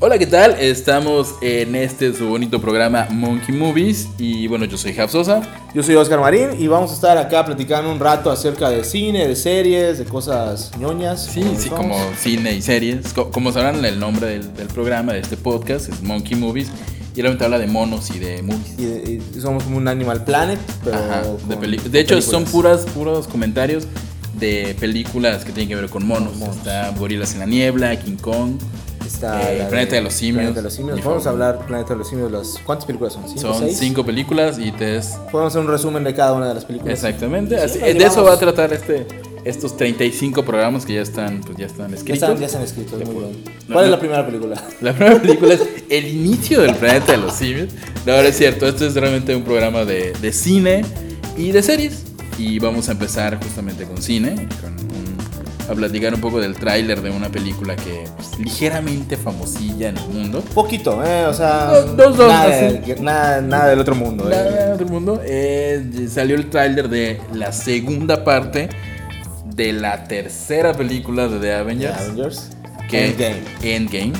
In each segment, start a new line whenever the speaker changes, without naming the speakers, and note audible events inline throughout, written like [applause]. Hola, ¿qué tal? Estamos en este su bonito programa Monkey Movies y bueno, yo soy Jav Sosa.
Yo soy Oscar Marín y vamos a estar acá platicando un rato acerca de cine, de series, de cosas ñoñas.
Sí, sí,
somos.
como cine y series. Co- Como sabrán, el nombre del, del programa, de este podcast, es Monkey Movies y realmente habla de monos y de movies.
Y, y somos como un Animal Planet, pero.
Ajá, de,
con-
peli-
con
de hecho,
películas.
son puras, puros comentarios de películas que tienen que ver con monos.
Con monos.
Está Gorilas en la Niebla, King Kong.
Está
eh,
la
Planeta de los Simios.
Planeta de los Simios.
Mi
Vamos a
favorita.
hablar Planeta de los Simios. Las, ¿Cuántas películas son? ¿Cinco?
Son
seis?
cinco películas y te es
Podemos hacer un resumen de cada una de las películas.
Exactamente,
Pues, Sí,
así- de
la
eso
llevamos.
va a tratar este, estos 35 programas que ya están, pues ya están
Ya
escritos.
están, ya están escritos, muy bien.
No,
¿Cuál es
no.
la primera película? [laughs]
La primera película es El inicio del planeta de los simios. No, no es cierto, esto es realmente un programa de, de cine y de series. Y vamos a empezar justamente con cine, con un- a platicar un poco del tráiler de una película que es ligeramente famosilla en el mundo.
Poquito, ¿eh? O sea.
Dos- dos, dos,
nada,
así.
nada, nada del otro mundo, ¿eh?
Nada del mundo. Eh, salió el tráiler de la segunda parte de la tercera película de The Avengers.
Avengers.
que
Endgame.
Endgame.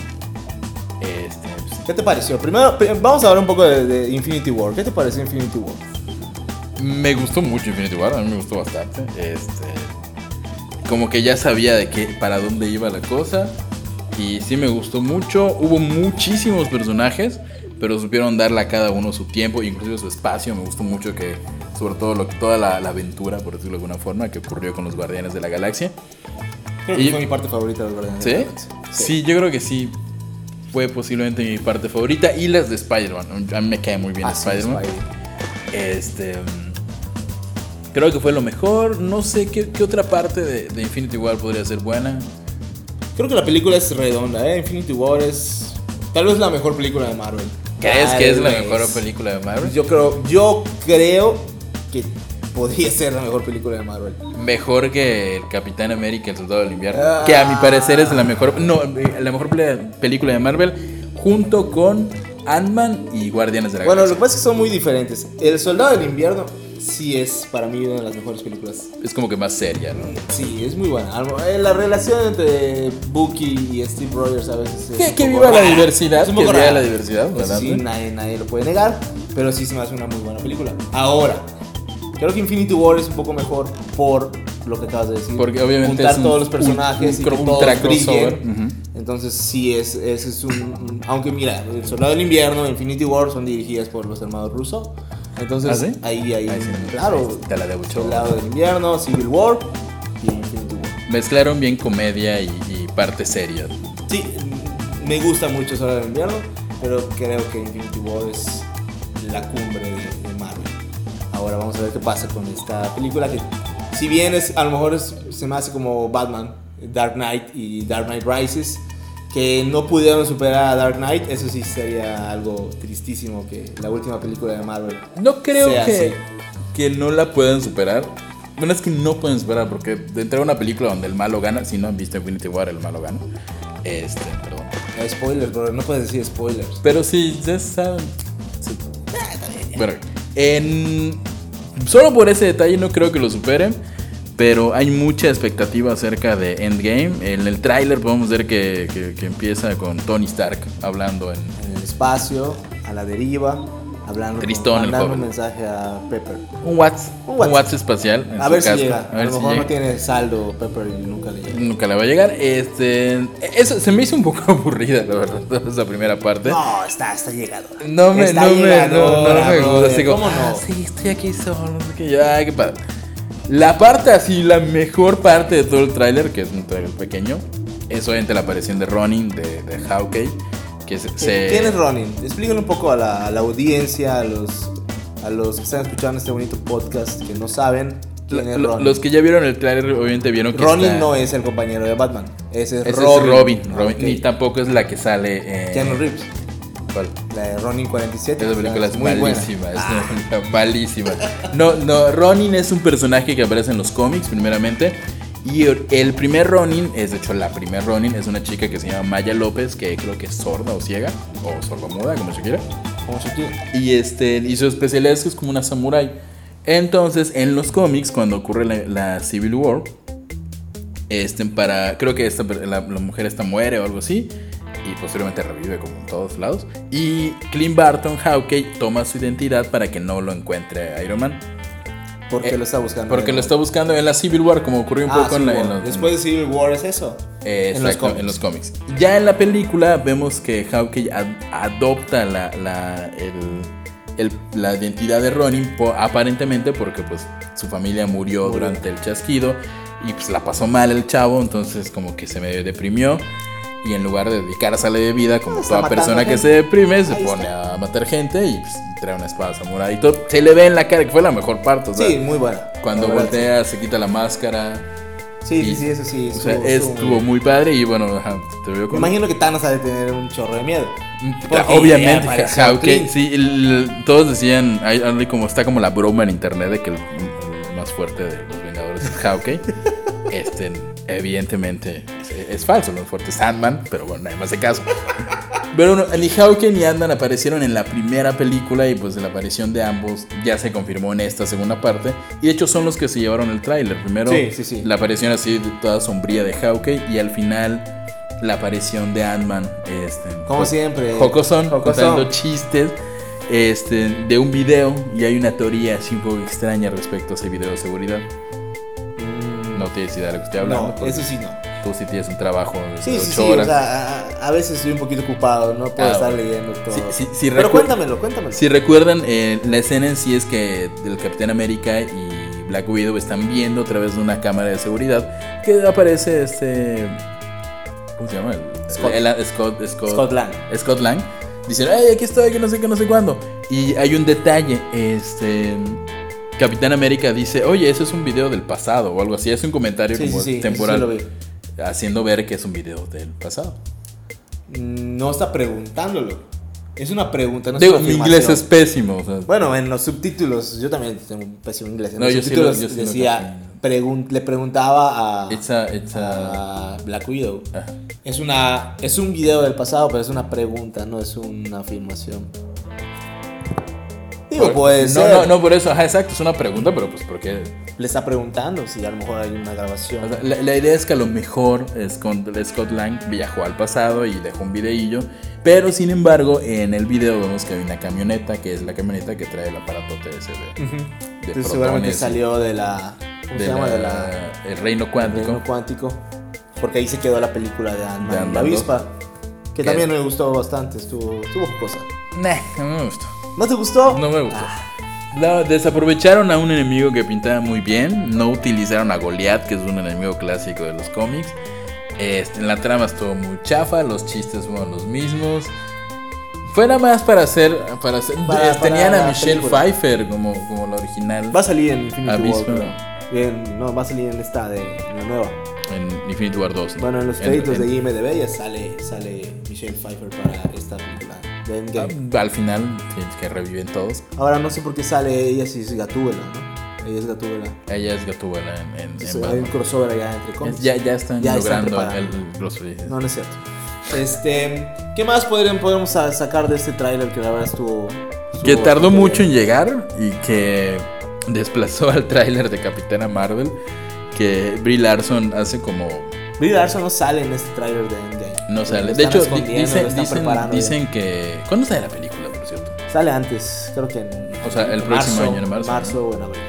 Este, pues,
¿Qué te pareció? Primero, pri- vamos a hablar un poco de, de Infinity War. ¿Qué te pareció Infinity War?
me gustó mucho Infinity War, a mí me gustó bastante. Este, como que ya sabía de qué, para dónde iba la cosa. Y sí me gustó mucho. Hubo muchísimos personajes, pero supieron darle a cada uno su tiempo, inclusive su espacio. Me gustó mucho que, sobre todo, lo, toda la, la aventura, por decirlo de alguna forma, que ocurrió con los Guardianes de la Galaxia.
Creo que
Y-
fue mi parte favorita de los Guardianes de
¿Sí?
la Galaxia.
Sí, yo creo que sí. Fue posiblemente mi parte favorita. Y las de Spider-Man. A mí me cae muy bien
Ah, sí,
Spider-Man.
Spider-Man.
Este. mm, Creo que fue lo mejor. No sé qué, qué otra parte de, de Infinity War podría ser buena.
Creo que la película es redonda, ¿eh? Infinity War es tal vez la mejor película de Marvel.
¿Crees
Tal
que es la
vez.
mejor película de Marvel?
Yo creo, yo creo que podría [laughs] ser la mejor película de Marvel.
Mejor que el Capitán América y el Soldado del Invierno.
Ah.
Que a mi parecer es la mejor. No, eh, la mejor pele- película de Marvel. Junto con Ant-Man y Guardianes de la
Bueno, lo que
Galaxia.
pasa es que son muy diferentes. El Soldado del Invierno sí es para mí una de las mejores películas
Es como que más seria, ¿no?
Sí, es muy buena. Algo- eh, La relación entre Bucky y Steve Rogers a veces es
Que,
un
que
poco
viva la
rara.
diversidad.
Es un
Que
poco
viva
rara.
la diversidad.
Eso sí,
adelante.
nadie, nadie lo puede negar, pero sí se me hace una muy buena película. Ahora, creo que Infinity War es un poco mejor por lo que acabas de decir.
Porque obviamente
Juntar
es un-
todos los
un-
personajes
un
y que
cro- un
todos
tra- crossover.
brillen.
Ujú.
Entonces sí, es, es, es un, un- Aunque mira, El Soldado del Invierno y Infinity War son dirigidas por los hermanos rusos. Entonces
¿Ah, sí?
ahí, ahí,
Ahí sí.
claro.
Te la debo, chavo.
Soldado del Invierno, Civil War y Infinity War.
Mezclaron bien comedia y, y parte seria.
Sí, me gusta mucho Soldado del Invierno, pero creo que Infinity War es la cumbre de, de Marvel. Ahora vamos a ver qué pasa con esta película que, si bien es, a lo mejor es- se me hace como Batman, Dark Knight y Dark Knight Rises, que no pudieron superar a Dark Knight, eso sí sería algo tristísimo que la última película de Marvel.
No creo
Sea
que,
así.
que no la puedan superar. Bueno, es que no pueden superar porque de entrar a una película donde el malo gana, si no han visto Infinity War, el malo gana. Este, perdón.
No, eh, spoilers, bro, no puedes decir spoilers.
Pero sí, ya saben. Sí. Bueno, en- solo por ese detalle no creo que lo superen. Pero hay mucha expectativa acerca de Endgame. En el tráiler podemos ver que, que- que empieza con Tony Stark hablando en,
en el espacio, a la deriva, hablando,
Tristón, el
mandando
joven.
un mensaje a Pepper.
Un Watts.
Un
Un
watts.
Watts espacial. en
A
su
ver si
casco.
llega.
A
A,
ver
lo
si
mejor no
llega.
tiene saldo Pepper y nunca le llega.
Nunca le va a llegar. Este, eso se me hizo un poco [laughs] aburrida, la verdad, [laughs] toda esa primera parte.
No, está, está llegado.
No me,
Está
no me, no, no
llegadora,
me gusta.
brother.
Así como,
¿Cómo
"Ah,
no?
sí, estoy aquí solo. no sé qué, ya, qué padre. La parte así, la mejor parte de todo el tráiler, que es un tráiler pequeño, es obviamente la aparición de Ronin, de, de Hawkeye, que se... se-
¿Quién es Ronin? Explíquenle un poco a la, a la audiencia, a los, a los que están escuchando este bonito podcast que no saben quién es
lo-
Ronin.
los que ya vieron el tráiler obviamente vieron que
Ronin
está-
no es el compañero de Batman. Ese es
ese es
Robin.
Robin,
Ah,
Robin,
ok.
ni tampoco es la que sale en...
Keanu Reeves.
¿Cuál?
La de Ronin 47.
Esa película
o
es
sea, muy buena.
malísima,
Ah.
es una película
[laughs]
malísima. No, no, Ronin es un personaje que aparece en los cómics, primeramente. Y or- el primer Ronin, es de hecho la primer Ronin, es una chica que se llama Maya López, que creo que es sorda o ciega, o sordomuda, como se quiera.
Como Shakira.
Y, este, y su especialidad es que es como una samurái. Entonces, en los cómics, cuando ocurre la, la Civil War, este, para, creo que esta, per- la, la mujer esta muere o algo así. y posteriormente revive como en todos lados. Y Clint Barton Hawkeye toma su identidad para que no lo encuentre Iron Man.
Porque
Eh,
lo está buscando.
Porque lo está buscando en la Civil War, como ocurrió un
Ah,
poco en,
Civil
la- en
War.
los,
Después de Civil War es eso.
Eh,
en los
exacto,
cómics.
en los cómics. Ya en la película vemos que Hawkeye ad- adopta la, la- el- el- la identidad de Ronin po- aparentemente porque pues su familia murió,
Murió.
durante el chasquido y pues la pasó mal el chavo, entonces como que se medio deprimió y en lugar de dedicarse a la bebida como
Ah, está
toda
matando
persona que
gente.
se deprime se
Ahí
pone a matar gente y pues, trae una espada samurai y todo. Se le ve en la cara que fue la mejor parte, o sea,
sí, muy bueno.
cuando
La verdad,
voltea se quita la máscara.
Sí, sí,
y-
sí, eso sí.
O sea,
estuvo-
estuvo,
estuvo-
muy padre y bueno, ajá, te veo
Me
con...
imagino que Thanos ha de tener un chorro de miedo.
Claro,
Porque
Mm, Obviamente,
ya apareció
ajá, ok,
Clint.
sí, el- todos decían, hay, hay como está como la broma en internet de que el, el más fuerte de los Vengadores es
[laughs]
Hawkeye. este, evidentemente es, es falso, lo más fuerte es Sandman, pero bueno, nadie más de caso. Pero bueno, ni Hawkeye ni Andan aparecieron en la primera película y pues la aparición de ambos ya se confirmó en esta segunda parte. Y de hecho son los que se llevaron el tráiler. Primero
Sí, sí, sí.
la aparición así de toda sombría de Hawkeye y al final la aparición de Ant-Man. Este,
Como
pues,
siempre.
Jocoson contando
Jocoson.
chistes este, de un video y hay una teoría así un poco extraña respecto a ese video de seguridad.
Mm,
No tienes idea de lo que estoy hablando.
No,
porque
eso sí no.
Tú sí tienes un trabajo de
Sí,
ocho
sí, sí. O
horas.
sea, a- a, a veces estoy un poquito ocupado, no puedo
Ah,
estar
bueno.
leyendo todo.
Sí, sí, sí,
Pero
recu-
cuéntamelo, cuéntamelo.
Si recuerdan, eh, la escena en sí es que el Capitán América y Black Widow están viendo a través de una cámara de seguridad que aparece este. ¿Cómo se llama? El-
Scott.
el- el- Scott, Scott,
Scott Lang.
Scott Lang. Dicen, ¡ay, aquí estoy! Que no sé qué, no sé cuándo. Y hay un detalle: este. Capitán América dice, oye, eso es un video del pasado o algo así. Es un comentario
Sí, sí,
como
sí. eso
temporal,
sí lo vi.
haciendo ver que es un video del pasado.
Mm, No está preguntándolo. Es una pregunta, no es
Digo,
una
mi inglés es
afirmación.
pésimo. o sea,
Bueno, en los subtítulos, yo también tengo un pésimo inglés. En
No,
los
yo sí lo-
subtítulos
yo sí lo
decía, pregun- le preguntaba a,
it's a- it's a-
a Black Widow.
ajá.
Es, una, es un video del pasado, pero es una pregunta, no es una afirmación. Digo,
Por-
pues.
No, no, no, por eso, ajá, exacto, es una pregunta, pero pues porque.
Le está preguntando si a lo mejor hay una
o
grabación.
sea, la, la idea es que a lo mejor Scott, Scott Lang viajó al pasado y dejó un videillo, pero sin embargo, en el video vemos que hay una camioneta, que es la camioneta que trae el aparato TSD.
Entonces, seguramente
protones y
salió de la. ¿Cómo
de
se llama?
la-
De la.
el reino cuántico.
reino cuántico. Porque ahí se quedó la película de
De
Ant-Man y
Ant-Man
la
dos.
avispa. Que
Que-
también me gustó bastante, estuvo, estuvo cosa.
Nah, no me gustó.
¿No te gustó?
No me gustó.
Ah,
La- desaprovecharon a un enemigo que pintaba muy bien. No utilizaron a Goliath, que es un enemigo clásico de los cómics. Este, la trama estuvo muy chafa, los chistes fueron los mismos. Fue nada más para hacer. Para hacer-
Para-
eh,
para
tenían
la
a Michelle
película.
Pfeiffer como, como la original
va a salir en Infinity War.
Avispa.
creo. Bien, no, va a salir en esta de en la nueva.
en Infinity War 2. ¿no?
Bueno, en los
En-
créditos
en-
de IMDB ya sale, sale Michelle Pfeiffer para esta película de Endgame.
ah, Al final, sí, es que reviven todos.
Ahora no sé por qué sale ella si es Gatúbela, ¿no? Ella es Gatúbela.
Ella es Gatúbela en, en- en
Sí, hay un
Batman.
crossover allá entre cómics.
Ya, ya están
Ya están
logrando
preparando.
el, los felices.
No, no es cierto. Este, ¿qué más podrían, podemos sa- sacar de este tráiler que la verdad estuvo... estuvo
Que tardó
bastante
mucho en
bien?
llegar y que [laughs] desplazó al tráiler de Capitana Marvel. Que Brie Larson hace como.
Brie Larson no sale en este tráiler de Endgame.
No
Lo
sale. De
están
hecho, di-
escondiendo, lo
dicen,
están
dicen,
preparando ya.
dicen que. ¿Cuándo sale la película, por cierto?
Sale antes, creo que en...
O sea, el
en
próximo
marzo,
año, en marzo,
o en abril.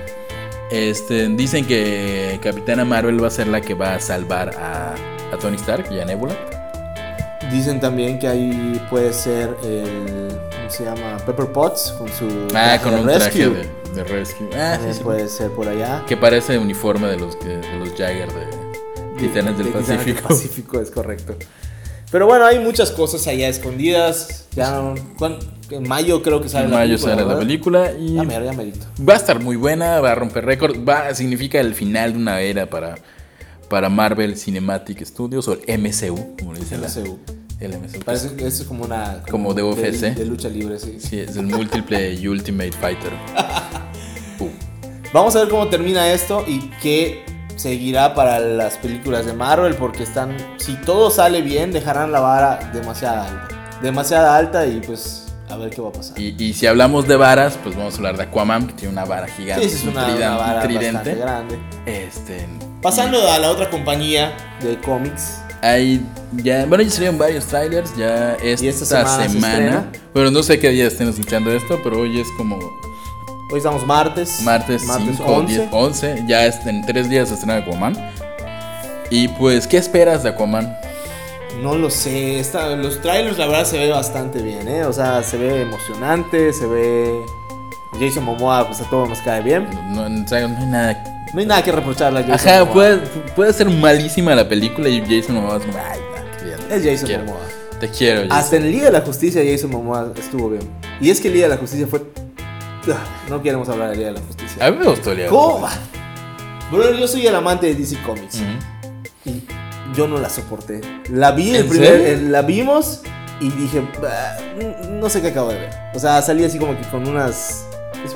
Este, dicen que Capitana Marvel va a ser la que va a salvar a, a Tony Stark y a Nebula.
Dicen también que ahí puede ser el... ¿Cómo se llama? Pepper Potts con su...
Ah,
traje
con
de
un traje
Rescue.
de, de Rescue. Ah, sí,
También
sí.
puede ser por allá.
Que parece uniforme de los, que- de los Jagger de Titanes del
de Titanes
Pacífico.
Pacífico, es correcto. Pero bueno, hay muchas cosas allá escondidas. Ya no- ¿cuán- en mayo creo que sale
En
la
[laughs] mayo
película.
sale la
¿verdad?
película y
Ya mero, ya merito.
Va a estar muy buena, va a romper récord, va significa el final de una era para, para Marvel Cinematic Studios o el MCU, como le dicen la-
MCU.
el MCU.
Parece que eso es como una.
Como de UFC.
De, lucha libre, sí.
Sí, es el Multiple y Ultimate Fighter. Pum.
Vamos a ver cómo termina esto y qué seguirá para las películas de Marvel. Porque están. Si todo sale bien, dejarán la vara demasiado alta. Demasiada alta y pues a ver qué va a pasar.
Y, y si hablamos de varas, pues vamos a hablar de Aquaman, que tiene una vara
Sí,
gigante,
es
un
una, una
triden-
vara
un
bastante
tridente.
grande.
Este,
Pasando a la otra compañía de cómics,
Hay ya, bueno, ya salieron varios trailers ya esta,
esta semana se estrena.
pero no sé qué día estén escuchando esto, pero hoy es como
Hoy estamos martes.
martes, 5, 10, 11. Ya es- en tres días se estrena Aquaman. Y pues, ¿qué esperas de Aquaman?
No lo sé. esta- los trailers, la verdad, se ve bastante bien, ¿eh? O sea, se ve emocionante, se ve. Jason Momoa, pues a todos nos cae bien.
No, no, o sea, no hay nada.
No hay nada que reprocharle a Jason
Ajá,
Momoa.
puede, puede ser malísima la película y Jason Momoa es como, ay, no, qué bien,
Es
te
Jason
quiero".
Momoa.
Te quiero, Jason.
Hasta en Liga de la Justicia Jason Momoa estuvo bien. Y es que Liga de la Justicia fue. Ah, No queremos hablar de Liga de la Justicia.
A mí me gustó el
¿Cómo? Bro, yo soy el amante de DC Comics.
Ujú.
Y yo no la soporté. La vi el
Mm. ¿En
primer,
serio?
el- la vimos y dije, "Bah, n- no sé qué acabo de ver. O sea, salí así como que con unas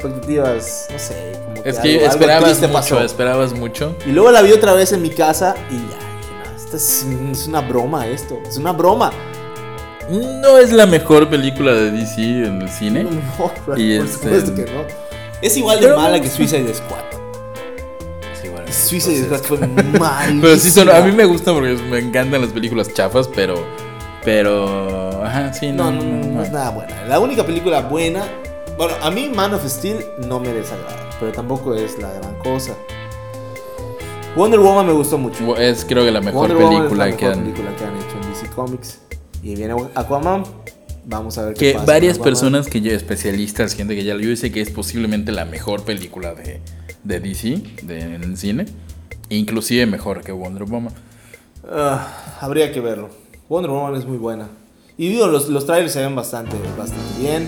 expectativas, no sé, como que
Es que
algo- algo
esperabas
triste
mucho, esperabas mucho.
Y luego la vi otra vez en mi casa y ya, dije, "No, esta es, es una broma esto, es una broma.
No es la mejor película de DC en el cine.
No, por
Y este-
supuesto que no. Es igual de
Pero-
mala que Suicide Squad.
Sí, bueno,
Suicide Squad
entonces-
fue [laughs] mal.
Pues Pero sí, son, a mí me gusta porque me encantan las películas chafas, pero. Pero. Ajá, sí,
No,
no.
no, no, no es
Ah.
nada buena. La única película buena. Bueno, a mí Man of Steel no me desagrada, pero tampoco es la gran cosa. Wonder Woman me gustó mucho.
no. Es creo que la mejor
Wonder Woman es
película
la mejor
que han.
película que han hecho en DC Comics. Y viene Aquaman. Vamos a ver qué
Que
pasa.
varias
con Aquaman.
personas que yo, especialistas, gente que ya lo yo dice que es posiblemente la mejor película de, de DC de, en el cine. Inclusive mejor que Wonder Woman.
Ah, habría que verlo. Wonder Woman es muy buena. Y digo, los, los trailers se ven bastante, bastante bien.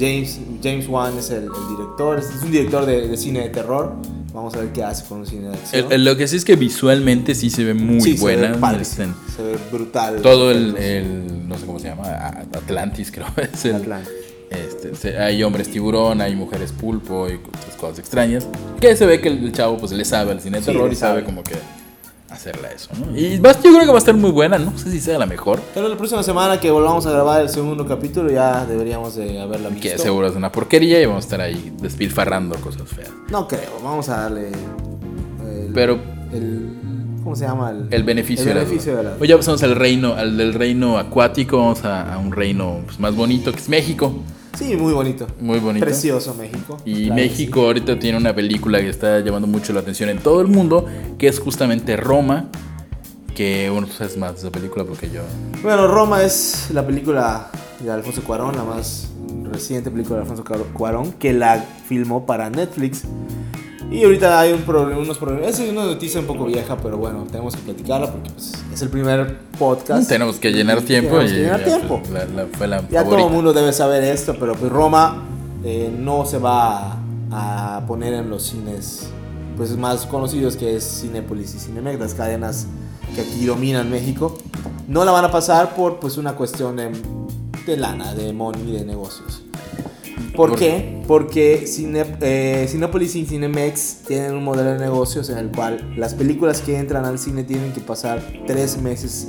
James, James Wan es el, el director. Es un director de, de cine de terror. Vamos a ver qué hace con un cine de acción.
El- el- Eh, lo que sí es que visualmente sí se ve muy
Sí, se ve
buena.
padre,
este,
Se ve brutal.
todo el, el- No sé cómo se llama. a- Atlantis, creo. [laughs] Es el,
Atlantis.
Este, se- hay hombres tiburón, hay mujeres pulpo y otras cosas extrañas. Que se ve que el, el chavo pues le sabe al cine de
Sí,
terror
le
y sabe
sabe.
como que hacerla eso, ¿no? Y va- yo creo que va a estar muy buena, no sé si sea la mejor.
Pero la próxima semana que volvamos a grabar el segundo capítulo ya deberíamos de haberla visto.
Que seguro es una porquería y vamos a estar ahí despilfarrando cosas feas.
No creo, vamos a darle el,
Pero
el ¿cómo se llama? El,
el beneficio,
el
de la
beneficio
duda.
de la duda.
Hoy ya pasamos al reino, al del reino acuático, vamos a, a un reino pues, más bonito que es México.
Sí, muy bonito.
Muy bonito.
Precioso México.
Y
Claro que
México ahorita tiene una película que está llamando mucho la atención en todo el mundo, que es justamente Roma. Que bueno, tú sabes más de esa película porque yo.
sí. Bueno, Roma es la película de Alfonso Cuarón, la más reciente película de Alfonso Cuar- Cuarón que la filmó para Netflix. Y ahorita hay un problema, unos problemas. Es una noticia un poco vieja, pero bueno, tenemos que platicarla porque pues, es el primer podcast.
Tenemos que llenar
Y
tiempo
tenemos
y.
que llenar
ya,
tiempo.
pues, la- la- fue la
Ya todo
favorita.
el mundo debe saber esto, pero pues Roma eh, no se va a, a poner en los cines pues más conocidos que es Cinépolis y Cinemex, las cadenas que aquí dominan México. No la van a pasar por pues una cuestión de, de lana, de money, de negocios. ¿Por,
¿Por
qué? Porque Cine, eh, Cinépolis y Cinemex tienen un modelo de negocios en el cual las películas que entran al cine tienen que pasar tres meses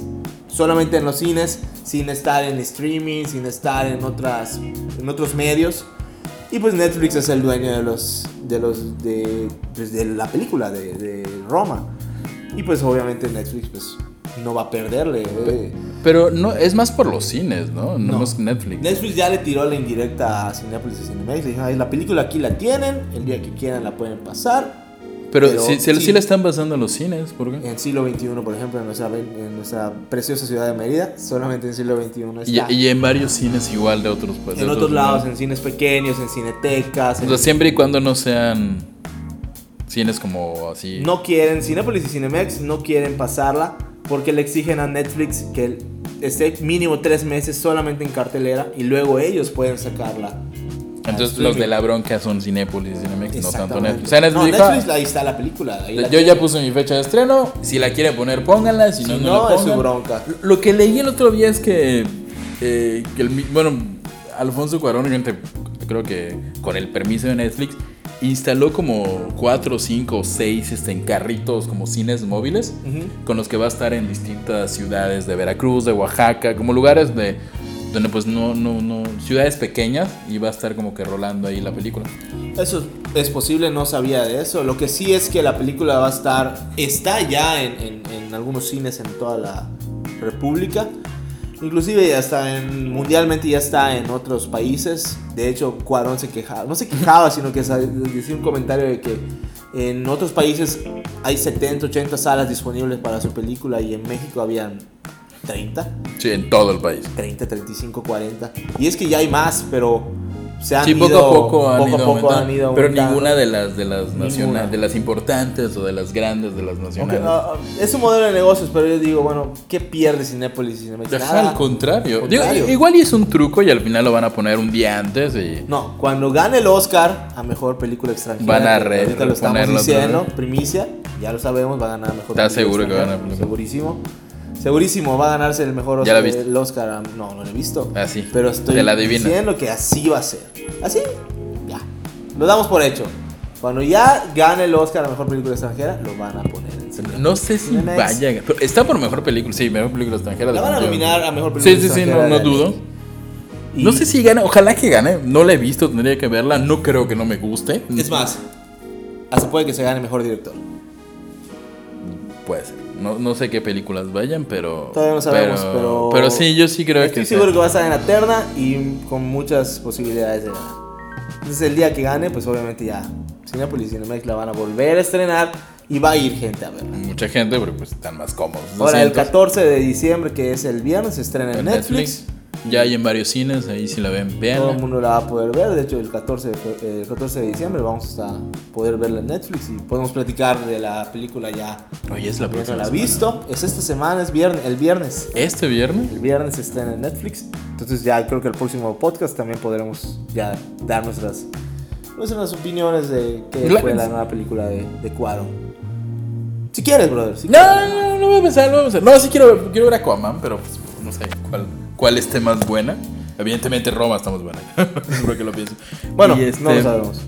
solamente en los cines, sin estar en streaming, sin estar en, otras, en otros medios. Y pues Netflix es el dueño de los de los de, pues, de la película de, de Roma. Y pues obviamente Netflix pues no va a perderle. eh.
Pero no, es más por los cines, ¿no? No,
No.
es Netflix.
Netflix ya le tiró la indirecta a Cinepolis y Cinemex. Le dijeron, "Ay, la película aquí la tienen, el día que quieran la pueden pasar.
pero
pero
sí, sí,
sí.
sí la están pasando en los cines, ¿por qué?
En siglo XXI, por ejemplo, en nuestra, en nuestra preciosa ciudad de Mérida, solamente en siglo XXI
Y,
está.
y en varios cines igual de otros pues, de
en otros lados,
lugares.
en cines pequeños, en cinetecas.
O
en-
sea, siempre y cuando no sean cines como así.
No quieren, Cinepolis y Cinemex no quieren pasarla porque le exigen a Netflix que esté mínimo tres meses solamente en cartelera y luego ellos pueden sacarla.
Entonces
Ah,
los de
streaming.
la bronca son Cinépolis, Cinemex, no tanto
Exactamente.
Netflix. O sea,
No,
Netflix, dijo, "Ah,
Netflix, ahí está la película. ahí la
Yo
tiene.
ya puse mi fecha de estreno. Si la quiere poner, pónganla. Si no,
Si
no,
no,
la
es su
pongan.
bronca.
Lo que leí el otro día es que. eh, que el mi- bueno, Alfonso Cuarón, gente, creo que con el permiso de Netflix, instaló como 4, 5, 6 este, en carritos, como cines móviles,
Ujú.
con los que va a estar en distintas ciudades de Veracruz, de Oaxaca, como lugares de. Donde pues no, no, no, ciudades pequeñas y va a estar como que rolando ahí la película.
Eso es posible, no sabía de eso. Lo que sí es que la película va a estar, está ya en, en- en algunos cines en toda la, república. Inclusive ya está en, mundialmente ya está en otros países. De hecho, Cuarón se quejaba, no se quejaba, [laughs] sino que sa- decía un comentario de que en otros países hay 70, 80 salas disponibles para su película y en México habían 30.
Sí, en todo el país.
30, 35, 40. Y es que ya hay más, pero se han
Sí,
ido
poco a poco han
poco
ido
a poco
aumentando,
han ido
Pero
aumentando.
ninguna de las de las
Ninguna.
nacionales, de las importantes o de las grandes de las
Aunque,
nacionales.
ah, ah, es un modelo de negocios, pero yo digo, bueno, ¿qué pierde Cinépolis y Cinemex?
Ajá,
Nada.
al contrario. Digo,
Contrario.
igual y es un truco y al final lo van a poner un día antes y
No, cuando gane el Oscar a mejor película extranjera.
Van a
que
re-
Ahorita lo estamos
ponerlo otra
diciendo,
vez.
primicia, ya lo sabemos, va a ganar mejor.
¿Estás
película
seguro que va a
extranjera,
ganar?
Segurísimo. Segurísimo, va a ganarse el mejor
¿Ya la
Oscar.
viste?
El Oscar a- no, no lo he visto.
así.
Pero estoy
Te la adivino.
diciendo que así va a ser. Así, ya. Lo damos por hecho. Cuando ya gane el Oscar a mejor película extranjera, lo van a poner en cine.
No sé si
Cinemex.
vaya. pero está por mejor película, sí, mejor película extranjera.
La van a
definitivamente.
nominar a mejor película
Sí, sí, sí, no,
extranjera
no
de
dudo.
Y-
No sé si gana, ojalá que gane. No la he visto, tendría que verla. No creo que no me guste.
Es más, hasta puede que se gane mejor director.
Puede ser. No, no sé qué películas vayan, pero.
Todavía no sabemos, pero-
Pero sí, yo sí creo
Estoy
que. sí.
seguro que va a estar en la terna y con muchas posibilidades de ganar. Entonces el día que gane, pues obviamente ya Cinepolis y Cinemex la van a volver a estrenar y va a ir gente a verla.
Mucha gente, pero pues están más cómodos.
Ahora el
200
14 de diciembre, que es el viernes, se estrena en
en
Netflix.
Ya hay en varios cines, ahí si la ven,
Todo el
vean.
mundo la va a poder ver. De hecho, el 14 de, fe- el 14 de diciembre vamos a poder verla en Netflix y podemos platicar de la película ya.
Oye, es la
Habiéndola
próxima. semana.
visto. Es esta semana, es viernes, el viernes.
Este viernes.
El viernes estrena en Netflix. Entonces ya creo que el próximo podcast también podremos ya dar nuestras, nuestras opiniones de qué
Claro.
fue la nueva película de, de Cuarón. Si quieres, brother. Si
No,
quieres.
no, no, no voy a pensar, no voy a pensar. No, sí quiero, quiero ver Aquaman, pero pues, no sé cuál, cuál esté más buena. Evidentemente Roma está más buena. [laughs] Seguro que lo pienso.
Bueno,
Y, este,
no lo sabemos.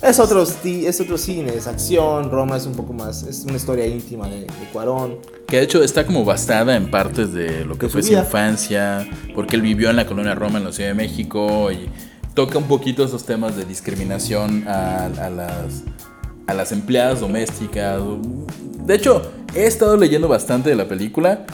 Es otro, sti- es otro cine, es acción, Roma es un poco más, es una historia íntima de, de Cuarón.
Que de hecho está como basada en partes de lo que
De su
fue su
vida.
infancia, porque él vivió en la colonia Roma en la Ciudad de México y toca un poquito esos temas de discriminación a, a las, a las empleadas domésticas. De hecho, he estado leyendo bastante de la película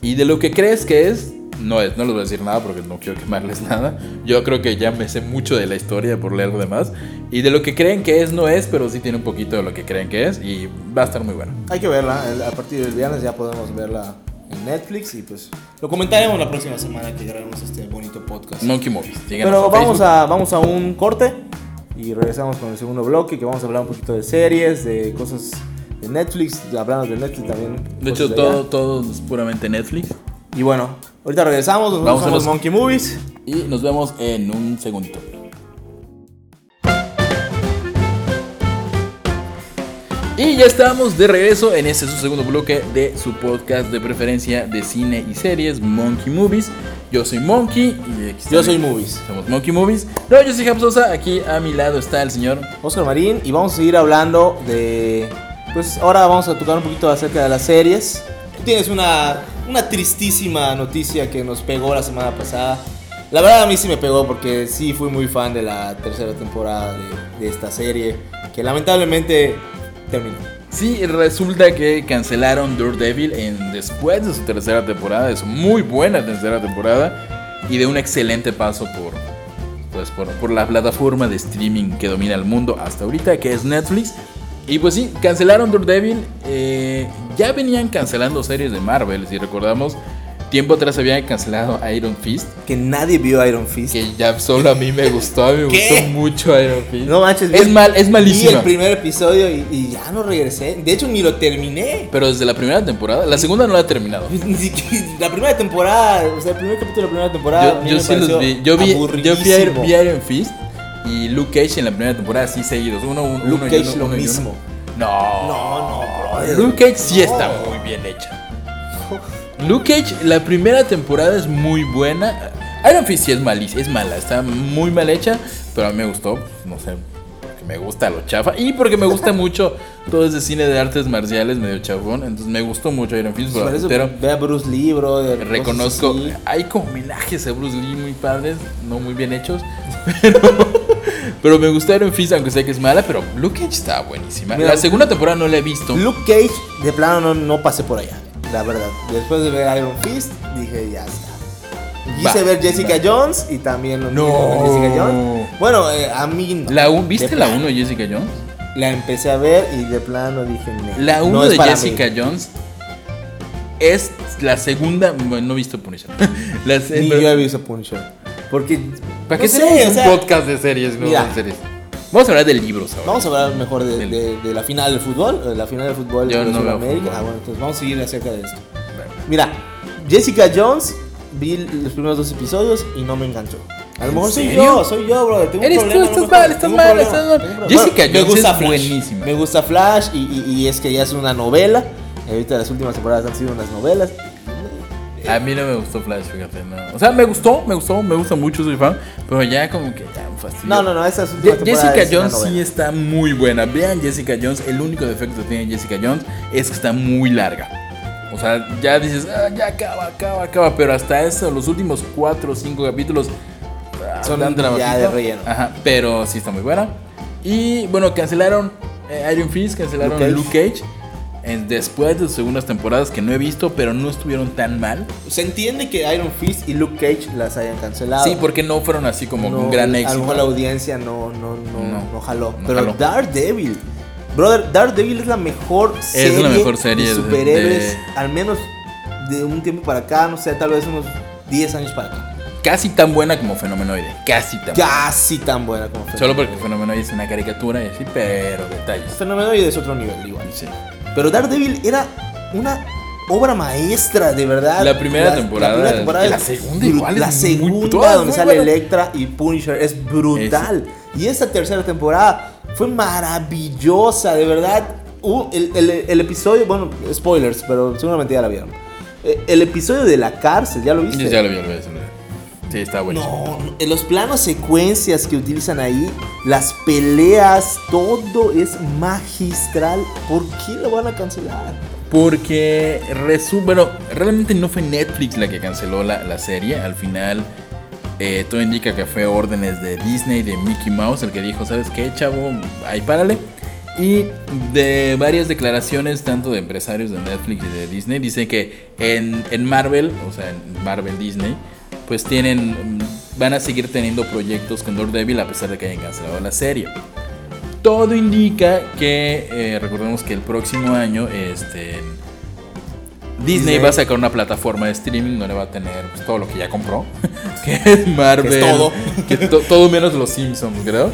y de lo que crees que es, no es, no les voy a decir nada porque no quiero quemarles [laughs] nada. Yo creo que ya me sé mucho de la historia por leer lo demás. Y de lo que creen que es, no es, pero sí tiene un poquito de lo que creen que es y va a estar muy bueno.
Hay que verla, el- a partir del viernes ya podemos verla en Netflix y pues lo comentaremos la próxima semana que grabemos este bonito podcast.
Monkey Movies. síganos
Pero
en
vamos
Facebook.
a, vamos a un corte y regresamos con el segundo bloque que vamos a hablar un poquito de series, de cosas de Netflix, hablamos de Netflix también.
De
cosas
hecho,
Pues allá.
todo, todo es puramente Netflix.
Y bueno, ahorita regresamos, nos
Vamos
vamos
a
a los
los-
Monkey Movies.
Y nos vemos en un segundito. Y ya estamos de regreso en este su segundo bloque de su podcast de preferencia de cine y series, Monkey Movies. Yo soy Monkey y aquí está-
Yo soy Movies.
Somos Monkey Movies. No, yo soy Japsosa. Aquí a mi lado está el señor.
Oscar Marín y vamos a seguir hablando de... Pues ahora vamos a tocar un poquito acerca de las series. Tú tienes una, una tristísima noticia que nos pegó la semana pasada. La verdad a mí sí me pegó porque sí fui muy fan de la tercera temporada de, de esta serie que lamentablemente terminó.
Sí, resulta que cancelaron Daredevil en, después de su tercera temporada, de su muy buena tercera temporada, y de un excelente paso por, pues, por, por la plataforma de streaming que domina el mundo hasta ahorita, que es Netflix. Y pues sí, cancelaron Daredevil. eh, ya venían cancelando series de Marvel, si recordamos. Tiempo atrás habían cancelado Iron Fist,
Que nadie vio Iron Fist.
que ya solo a mí me gustó, a mí me
¿Qué?
gustó mucho Iron Fist.
No manches,
es
vi-
mal, es
Vi el
malísimo.
primer episodio y, y ya no regresé. De hecho, ni lo terminé.
Pero desde la primera temporada, la segunda no la he terminado.
Ni siquiera- La primera temporada, o sea, el primer capítulo de la primera temporada. Ah, a
Yo,
mí
yo
me
sí los
pareció
vi. Yo vi, yo vi, Iron,
aburridísimo.
vi Iron Fist y Luke Cage en la primera temporada así seguidos. Uno, uno,
Luke
uno y
Cage
uno,
lo
uno y uno.
mismo.
No.
No, no, brother.
Luke Cage sí
No.
está muy bien hecha. Luke Cage, la primera temporada es muy buena. Iron Fist sí es malísima, es mala, está muy mal hecha, pero a mí me gustó, pues, no sé, porque me gusta lo chafa y porque me
[laughs]
gusta mucho todo ese cine de artes marciales medio chafón, entonces me gustó mucho Iron Fist,
Por
pero,
eso
pero
ve a Bruce Lee, brother, cosas
Reconozco,
así.
hay como homenajes a Bruce Lee muy padres, no muy bien hechos, [laughs] pero, pero me gustaron Fist, aunque sé que es mala, pero Luke Cage está buenísima.
Mira,
la segunda temporada no la he visto.
Luke Cage, de plano, no, no pasé por allá. La la verdad. Después de ver Iron Fist, dije, ya está. Quise
Va,
ver Jessica
va.
Jones y también lo mismo
No.
con Jessica Jones. Bueno, eh, a mí no.
La un- ¿Viste
De
la
plan-
1 de Jessica Jones?
La empecé a ver y de plano dije, no.
La
no
1
es
de
para
Jessica
mí.
Jones es la segunda. Bueno, no he visto Punisher. [laughs] La se-
Ni
pero-
yo he visto Punisher. Porque.
¿Para
no
qué
sé,
tenemos
o
un
sea,
podcast de series? No,
mira.
de series? Vamos a hablar de libros ahora.
Vamos a hablar mejor de,
Del-
de- de la final del fútbol. eh, La final del fútbol
Yo no
de
veo
Sudamérica.
fútbol.
Ah, bueno, entonces vamos a seguir acerca de esto. Mira, Jessica Jones, vi los primeros dos episodios y no me enganchó. A lo
¿En
mejor soy
serio?
yo, soy yo, bro. Tengo un
Eres tú,
problema,
estás
no me
mal, estás
tengo
mal,
problema,
estás mal.
tengo un problema.
Jessica
Bueno, me
Jones
gusta
es
Flash.
buenísima.
Me gusta Flash y, y- y es que ya es una novela. Y ahorita las últimas temporadas han sido unas novelas. eh.
A mí no me gustó Flash, fíjate. No. O sea, me gustó, me gustó, me gusta mucho, soy fan. Pero ya como que ya me fastidio.
No, no, no, esas
Je-
últimas temporadas.
Jessica
es una
Jones sí
novela.
está muy buena. Vean Jessica Jones. El único defecto que tiene Jessica Jones es que está muy larga. O sea, ya dices, "Ah, ya acaba, acaba, acaba. Pero hasta eso, los últimos 4 o 5 capítulos ah,
Son
dan
ya
dramatito.
de relleno.
Ajá, pero sí está muy buena. Y bueno, cancelaron eh, Iron Fist, cancelaron
Luke
Luke Cage. eh, Después de sus segundas temporadas que no he visto, pero no estuvieron tan mal.
Se entiende que Iron Fist y Luke Cage las hayan cancelado.
Sí, porque no fueron así como
No,
un gran
A lo
éxito.
mejor la audiencia no, no, no,
No,
no jaló.
no
Pero
jaló.
Daredevil. Brother, Daredevil es la mejor serie,
la mejor serie
de
de-
superhéroes,
de-
al menos de un tiempo para acá, no sé, tal vez unos 10 años para acá.
Casi tan buena como Fenomenoide. Casi tan buena.
Casi tan buena como Fenomenoide.
Solo porque Fenomenoide es una caricatura y así, pero detalles.
Fenomenoide es otro nivel igual.
Sí.
Pero Daredevil era una obra maestra, de verdad.
La primera
La
temporada,
primera temporada.
la
es
segunda
bru-
igual es
La
muy-
segunda
todas
donde
muy
sale
buenas.
Electra y Punisher es brutal. Y esta tercera temporada fue maravillosa, de verdad. Hubo el, el- el episodio, bueno, spoilers, pero seguramente ya la vieron. Eh, El episodio de la cárcel, ¿ya lo viste?
Ya lo vi, lo vi. Sí, está buenísimo.
No, en los planos secuencias que utilizan ahí, las peleas, todo es magistral. ¿Por qué lo van a cancelar?
Porque resu bueno, realmente no fue Netflix la que canceló la, la serie. Al final, eh, todo indica que fue órdenes de Disney, de Mickey Mouse, el que dijo, ¿sabes qué, chavo? Ahí párale. Y de varias declaraciones, tanto de empresarios de Netflix y de Disney, dice que en, en Marvel, o sea, en Marvel Disney, pues tienen, mm, van a seguir teniendo proyectos con Daredevil a pesar de que hayan cancelado la serie. Todo indica que, eh, recordemos que el próximo año, este, Disney,
Disney.
va a sacar una plataforma de streaming donde va a tener pues, todo lo que ya compró, [laughs] que es Marvel,
Que es todo.
que to- todo menos los Simpsons, creo.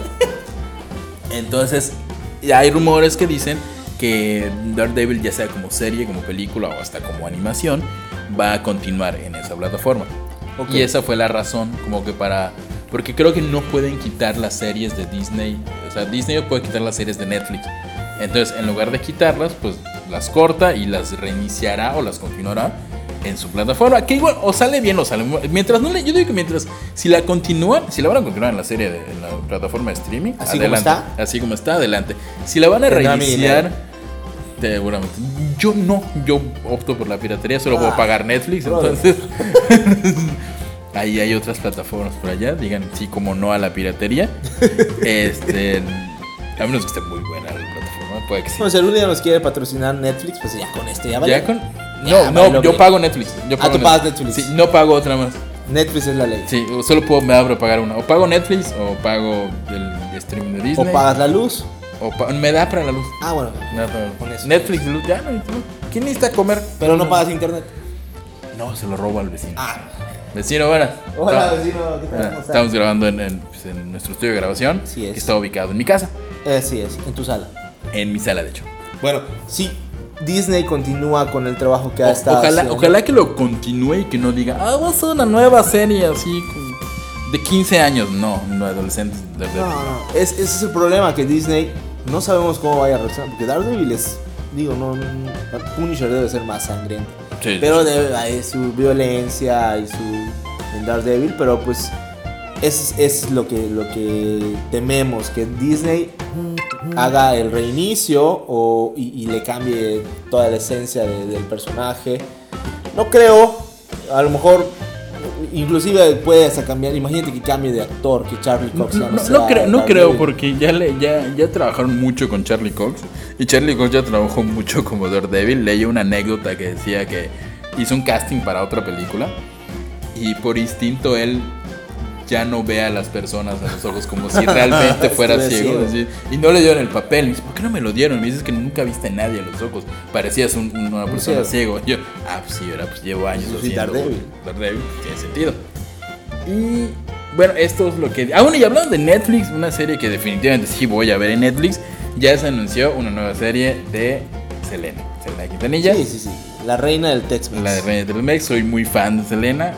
Entonces, hay rumores que dicen que Daredevil, ya sea como serie, como película o hasta como animación, va a continuar en esa plataforma.
Ok.
Y esa fue la razón, como que para. Porque creo que no pueden quitar las series de Disney. O sea, Disney no puede quitar las series de Netflix. Entonces, en lugar de quitarlas, pues las corta y las reiniciará o las continuará en su plataforma. Que igual, o sale bien o sale mal. Mientras no le. Yo digo que mientras. Si la continúan, si la van a continuar en la serie, de- en la plataforma de streaming.
¿Así como
adelante.
está?
Así como está, adelante. Si la van a
Tendrá mi
reiniciar. Seguramente. Yo no, yo opto por la piratería, solo puedo
Ah,
pagar Netflix,
brother.
entonces. Ahí hay otras plataformas por allá, digan sí como no a la
[laughs]
piratería. Este, a menos que esté muy buena la plataforma, puede que sí.
Bueno, si algún día nos quiere patrocinar Netflix, pues ya con este ya Ah, vale.
Ya con-
Ya,
no, no,
valió
yo
bien.
pago Netflix. Yo
Ah,
pago
tú pagas Netflix.
Sí, no pago otra más.
Netflix es la ley.
Sí, o solo puedo me abro a pagar una. O pago Netflix o pago el streaming de
O
Disney.
pagas la luz.
o pa- me da para la luz.
Ah, bueno.
Me da para la luz.
Con eso.
Netflix, luz, ya no. ¿Quién necesita comer?
Pero no pagas internet.
No, se lo robo al vecino.
Ah.
Vecino, buenas.
Hola,
Ta-
vecino. ¿Qué tal?
Ah,
¿Cómo estás?
Estamos grabando en, en, pues, en nuestro estudio de grabación,
Así es.
que está ubicado en mi casa,
Eh, sí, es, en tu sala.
en mi sala de hecho.
Bueno, sí. Disney continúa con el trabajo que ha
O-
estado
ojalá,
haciendo.
ojalá que lo continúe y que no diga, ah, vamos a hacer una nueva serie así con- de 15 años. No, no, adolescentes. de- de-
No, no, es, ese es el problema que Disney no sabemos cómo vaya a reaccionar. Porque Daredevil es, digo, no, no- Punisher debe ser más sangriento.
Sí,
pero
sí, sí.
debe- hay su violencia y su en Daredevil, pero pues es, es lo, que, lo que tememos, que Disney haga el reinicio o, y, y le cambie toda la esencia de- del personaje. No creo, a lo mejor inclusive puede hasta cambiar, imagínate que cambie de actor, que Charlie Cox ya
No,
no,
no
sea
creo, no creo
Daredevil.
porque ya, le, ya, ya trabajaron mucho con Charlie Cox. Y Charlie Cox ya trabajó mucho [laughs] como Daredevil. Leí una anécdota que decía que hizo un casting para otra película y por instinto él ya no ve a las personas a los ojos como
[laughs]
si realmente fuera
Estuve
ciego.
ciego.
así. Y no le dieron el papel. Me dice, ¿por qué no me lo dieron? Me dices que nunca viste a nadie a los ojos. Parecías un- una persona ciego. [laughs] Yo, ah, pues sí, ahora pues llevo años
Sí, sí,
haciendo
Daredevil.
Daredevil, pues tiene sentido. Y bueno, esto es lo que... Aún y hablando de Netflix, una serie que definitivamente sí voy a ver en Netflix, ya se anunció una nueva serie de Selena. Selena Quintanilla.
Sí, sí, sí. La reina del Tex-Mex.
La de Reina del Mex, soy muy fan de Selena.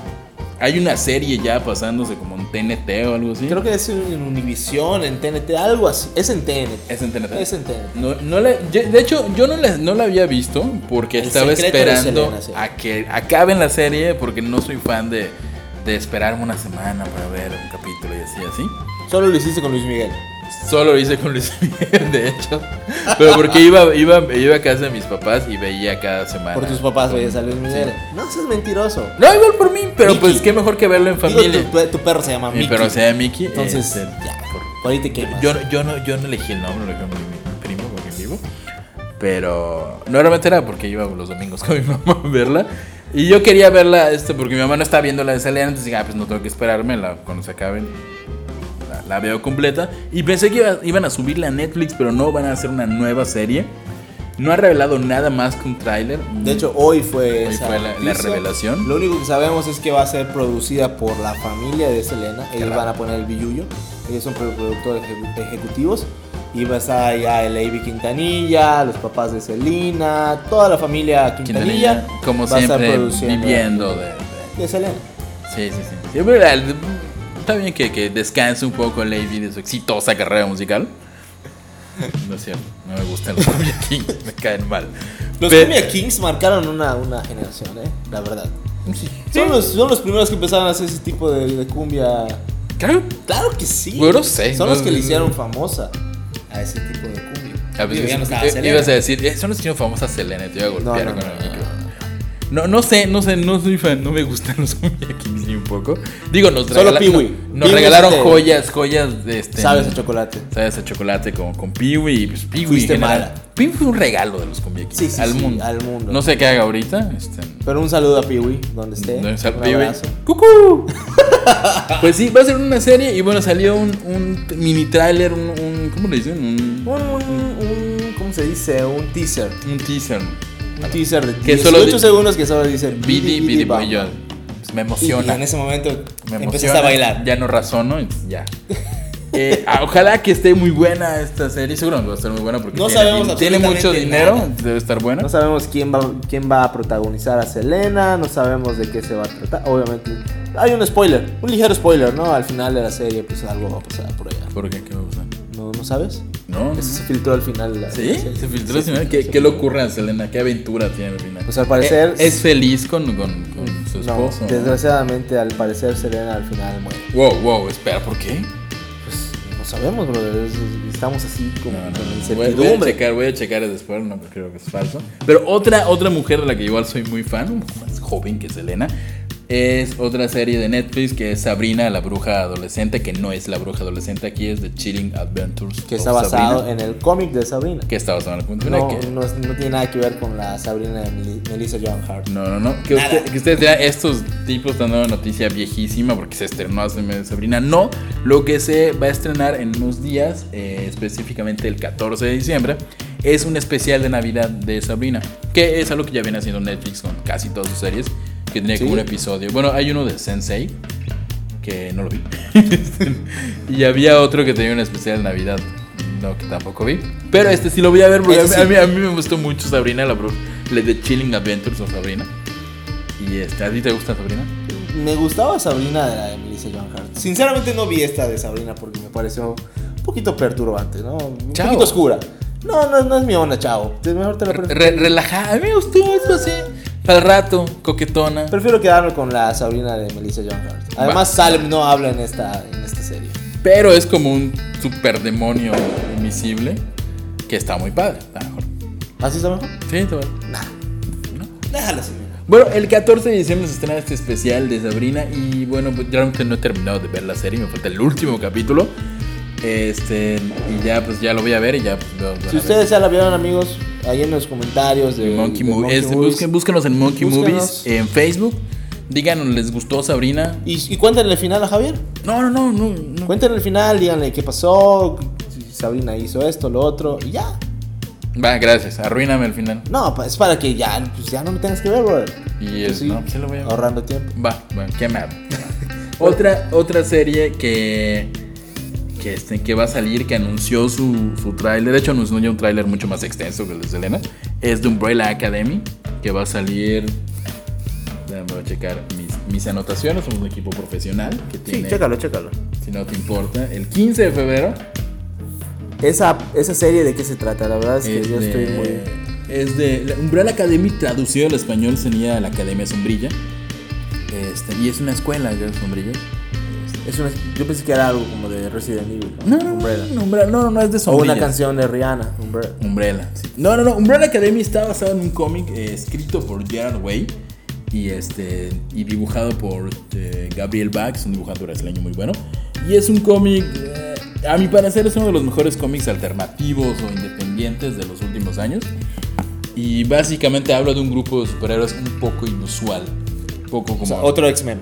Hay una serie ya pasándose como en TNT o algo así.
Creo que es en Univisión, en TNT, algo así. Es en TNT.
es en TNT.
Es en TNT.
No, no la- yo- de hecho, yo no la, no la había visto porque
El
estaba
secreto de
esperando
Selena, sí.
a que acaben la serie porque no soy fan de, de esperarme una semana para ver un capítulo y así, así.
Solo lo hiciste con Luis Miguel.
Solo lo hice con Luis [laughs] Miguel, de hecho. Pero porque iba, iba, iba a casa de mis papás y veía cada semana.
Por tus papás
Ah, Con-
veías a Luis Miguel.
Sí.
No seas mentiroso.
No, igual por mí, pero
Mickey.
pues qué mejor que verlo en
Digo,
familia.
tu, pe- tu perro se llama
Mi
Mickey.
perro se llama Mickey.
Entonces,
este,
ya.
por-
Por ahí te quemas.
yo, yo, no, yo no elegí el nombre, lo elegí mi, mi primo, porque es vivo. Pero no realmente era porque iba los domingos [laughs] con mi mamá a verla. Y yo quería verla este, porque mi mamá no está viendo la de Selena, entonces dije, ah, pues no tengo que esperarme la- cuando se acaben. La, la veo completa. Y pensé que iba- iban a subirla a Netflix, pero no van a hacer una nueva serie. No ha revelado nada más que un tráiler.
De hecho, hoy fue,
Hoy
esa
fue la- la
noticia.
revelación.
Lo único que sabemos es que va a ser producida por la familia de Selena. Ellos
raro.
van a poner el billuyo. Ellos son pro- productores ejecu- ejecutivos. Y va a estar ya el Avi Quintanilla, los papás de Selena, toda la familia Quintanilla.
Quintanilla, como
va a estar
siempre,
produciendo
viviendo de- de,
De Selena.
Sí, sí, sí. Sí, pero la- está bien que, que descanse un poco Lady de su exitosa carrera
[laughs]
musical. No es cierto, no me gustan los Cumbia Kings, [laughs] me caen mal.
Los
Pe-
Cumbia Kings marcaron una, una generación, ¿eh? la verdad.
Sí.
Son, los, son los primeros que empezaron a hacer ese tipo de, de cumbia. pues,
Claro.
Claro que sí.
Bueno, no sé,
Son
no-
los que le hicieron famosa a ese tipo de cumbia.
A veces-
Digo, ya no estaba
eh,
Selena.
ibas a decir, eh, son los que hicieron famosas Selena, te iba a golpear
No, no,
con el
no, no,
micrófono. No, no sé, no sé, no soy fan, no me gustan [laughs] los Cumbia Kings ni un poco. Digo, nos,
Solo
regala-
Pee-wee.
no- nos
Pee-wee
regalaron
es este-
joyas, joyas de este.
Sabes a chocolate.
Sabes a chocolate con, con Piwi y pues Piwi.
Fuiste
en general-
mala.
Piwi fue un regalo de los Cumbia Kings
Sí, sí,
al
sí,
mundo.
al mundo.
No sé qué haga ahorita. Este,
Pero un saludo a Piwi, donde esté.
no sé,
Este, un
Piwi.
abrazo.
¡Cucú! [laughs] pues sí, va a ser una serie y bueno, salió un, un mini tráiler, un, un- ¿Cómo le dicen? Un,
Un, un, un- ¿Cómo se dice? Un teaser.
un teaser.
Un teaser de
Que
18
solo di-
segundos que solo dice
Bidi, Bidi, Bidi, yo- Me
Y, y
emociona.
en ese momento
Me
empezaste
emociona,
a bailar.
Ya no razono y
[laughs]
ya. Eh, ah, ojalá que esté muy buena esta serie. Seguro va a estar muy buena porque
No
tiene,
sabemos
tiene mucho
absolutamente
dinero.
nada.
Debe estar buena.
No sabemos quién va, quién va a protagonizar a Selena, no sabemos de qué se va a tratar. Obviamente, hay un spoiler, un ligero spoiler, ¿no? Al final de la serie, pues algo va a pasar por allá.
¿Por qué? ¿Qué me gusta?
¿No, no sabes?
No.
Eso se filtró al final. de la-
¿Sí?
la serie.
Se filtró al
Sí,
final.
sí,
¿Qué,
sí.
qué locura, Selena? ¿Qué aventura tiene al final?
Pues, al parecer- Mm,
Eh, Es, feliz con, con- con su
No,
esposo. ¿no?
desgraciadamente, al parecer, Selena al final muere.
Wow, wow, espera, ¿por qué?
Pues no sabemos, brother. es- Estamos así como
No, no,
con
no. Voy, voy a
incertidumbre.
checar, voy a checar después, no creo que es falso. Pero otra, otra mujer de la que igual soy muy fan, más joven que Selena, es otra serie de Netflix que es Sabrina, la bruja adolescente, que no es la bruja adolescente, aquí es The Chilling Adventures.
que
of
está basado
Sabrina,
en el cómic de Sabrina.
Que está basado en la punto
No,
que-
no, es- no tiene nada que ver con la Sabrina de Meli- Melissa Joan Hart.
No, no, no. Que, usted- que ustedes dirán, estos tipos están dando noticia viejísima porque se estrenó hace un mes Sabrina. No, lo que se va a estrenar en unos días, eh, específicamente el 14 de diciembre, es un especial de Navidad de Sabrina. Que es algo que ya viene haciendo Netflix con casi todas sus series. Que tenía como
Sí.
un episodio. Bueno, hay uno de Sensei, que no lo vi. y había otro que tenía un especial de Navidad. No, que tampoco vi. Pero este sí lo voy a ver porque
Ese
a, mí,
sí.
a mí me gustó mucho Sabrina, la bro. la de Chilling Adventures of Sabrina. ¿Y este, a ti te gusta Sabrina?
Me gustaba Sabrina de la de Melissa Joan Hart. Sinceramente no vi esta de Sabrina porque me pareció un poquito perturbante, ¿no? Un
Chao.
poquito oscura. No, no, no es mi onda, chavo. Te- Mejor te la pre-
Re- relajada, a mí me gustó esto así. Para el rato, coquetona.
Prefiero quedarme con la Sabrina de Melissa Joan Hart. Además, Salem no habla en esta, en esta serie.
Pero es como un super demonio invisible que está muy padre. Está mejor.
¿Así está mejor?
Sí, está bueno.
Déjala así. mira.
Bueno, el 14 de diciembre se estrena este especial de Sabrina y bueno, pues, realmente no he terminado de ver la serie, me falta el último capítulo. Este, y ya, pues ya lo voy a ver y ya. pues, lo- lo
Si
haré.
ustedes ya la vieron, amigos, ahí en los comentarios de
Monkey
de
Movies. Este,
Movies.
busquen- búsquenos en Monkey
Búsquenos.
Movies en Facebook. Díganos, ¿les gustó Sabrina?
Y, y cuéntenle el final a Javier.
No, no, no, no. no.
Cuéntenle el final, díganle qué pasó, si Sabrina hizo esto, lo otro, y ya.
Va, gracias. Arruíname al final.
No, pa- es para que ya, pues ya no me tengas que ver, brother.
Y
Yo
es-
sí,
no, sí lo voy a ver.
ahorrando tiempo.
Va, bueno, qué amable. otra, otra serie que, que, este, que va a salir, que anunció su, su tráiler, de hecho anunció ya un tráiler mucho más extenso que el de Elena, es de Umbrella Academy, que va a salir... Déjame voy a checar mis, mis anotaciones, somos un equipo profesional que tiene,
chécalo.
si no te importa, el 15 de febrero.
Esa, esa serie de qué se trata, la verdad es que
es
yo estoy
de-
muy.
Es de... la Umbrella Academy traducido al español sería la Academia Sombrilla. Este, y es una escuela de sombrillas.
Es una, yo pensé que era algo como de Resident Evil.
No, no,
Umbrella.
no, Umbrella, no, no, no, es de
O una
sombrillas.
canción de Rihanna, Umbrella.
Umbrella. sí. No, no, no. Umbrella Academy está basado en un cómic eh, escrito por Gerard Way y este y dibujado por eh, Gabriel Bax, un dibujante brasileño muy bueno. Y es un cómic, eh, a mi parecer, es uno de los mejores cómics alternativos o independientes de los últimos años. Y básicamente habla de un grupo de superhéroes un poco inusual, un poco como
O sea, otro X-Men.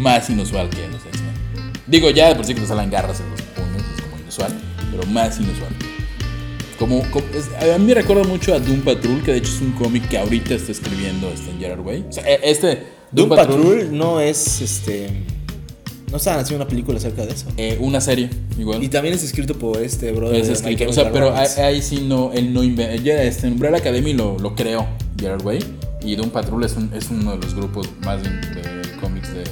más inusual que los X-Men. Digo, ya de por sí que nos salen garras en los puños, es como inusual, pero más inusual. Como, como- es- a mí me recuerda mucho a Doom Patrol, que de hecho es un cómic que ahorita está escribiendo este en Gerard Way. O sea, e- este
Doom Patrol no es este. No estaban haciendo una película acerca de eso.
eh, una serie, igual.
Y también es escrito por este brother.
es
de
escrito,
My
o sea,
Chemical
pero ahí,
Romance.
ahí sí no, él no inventó. Este, Umbrella Academy lo, lo creó Gerard Way. Y Doom Patrol es, un- es uno de los grupos más de, de cómics de,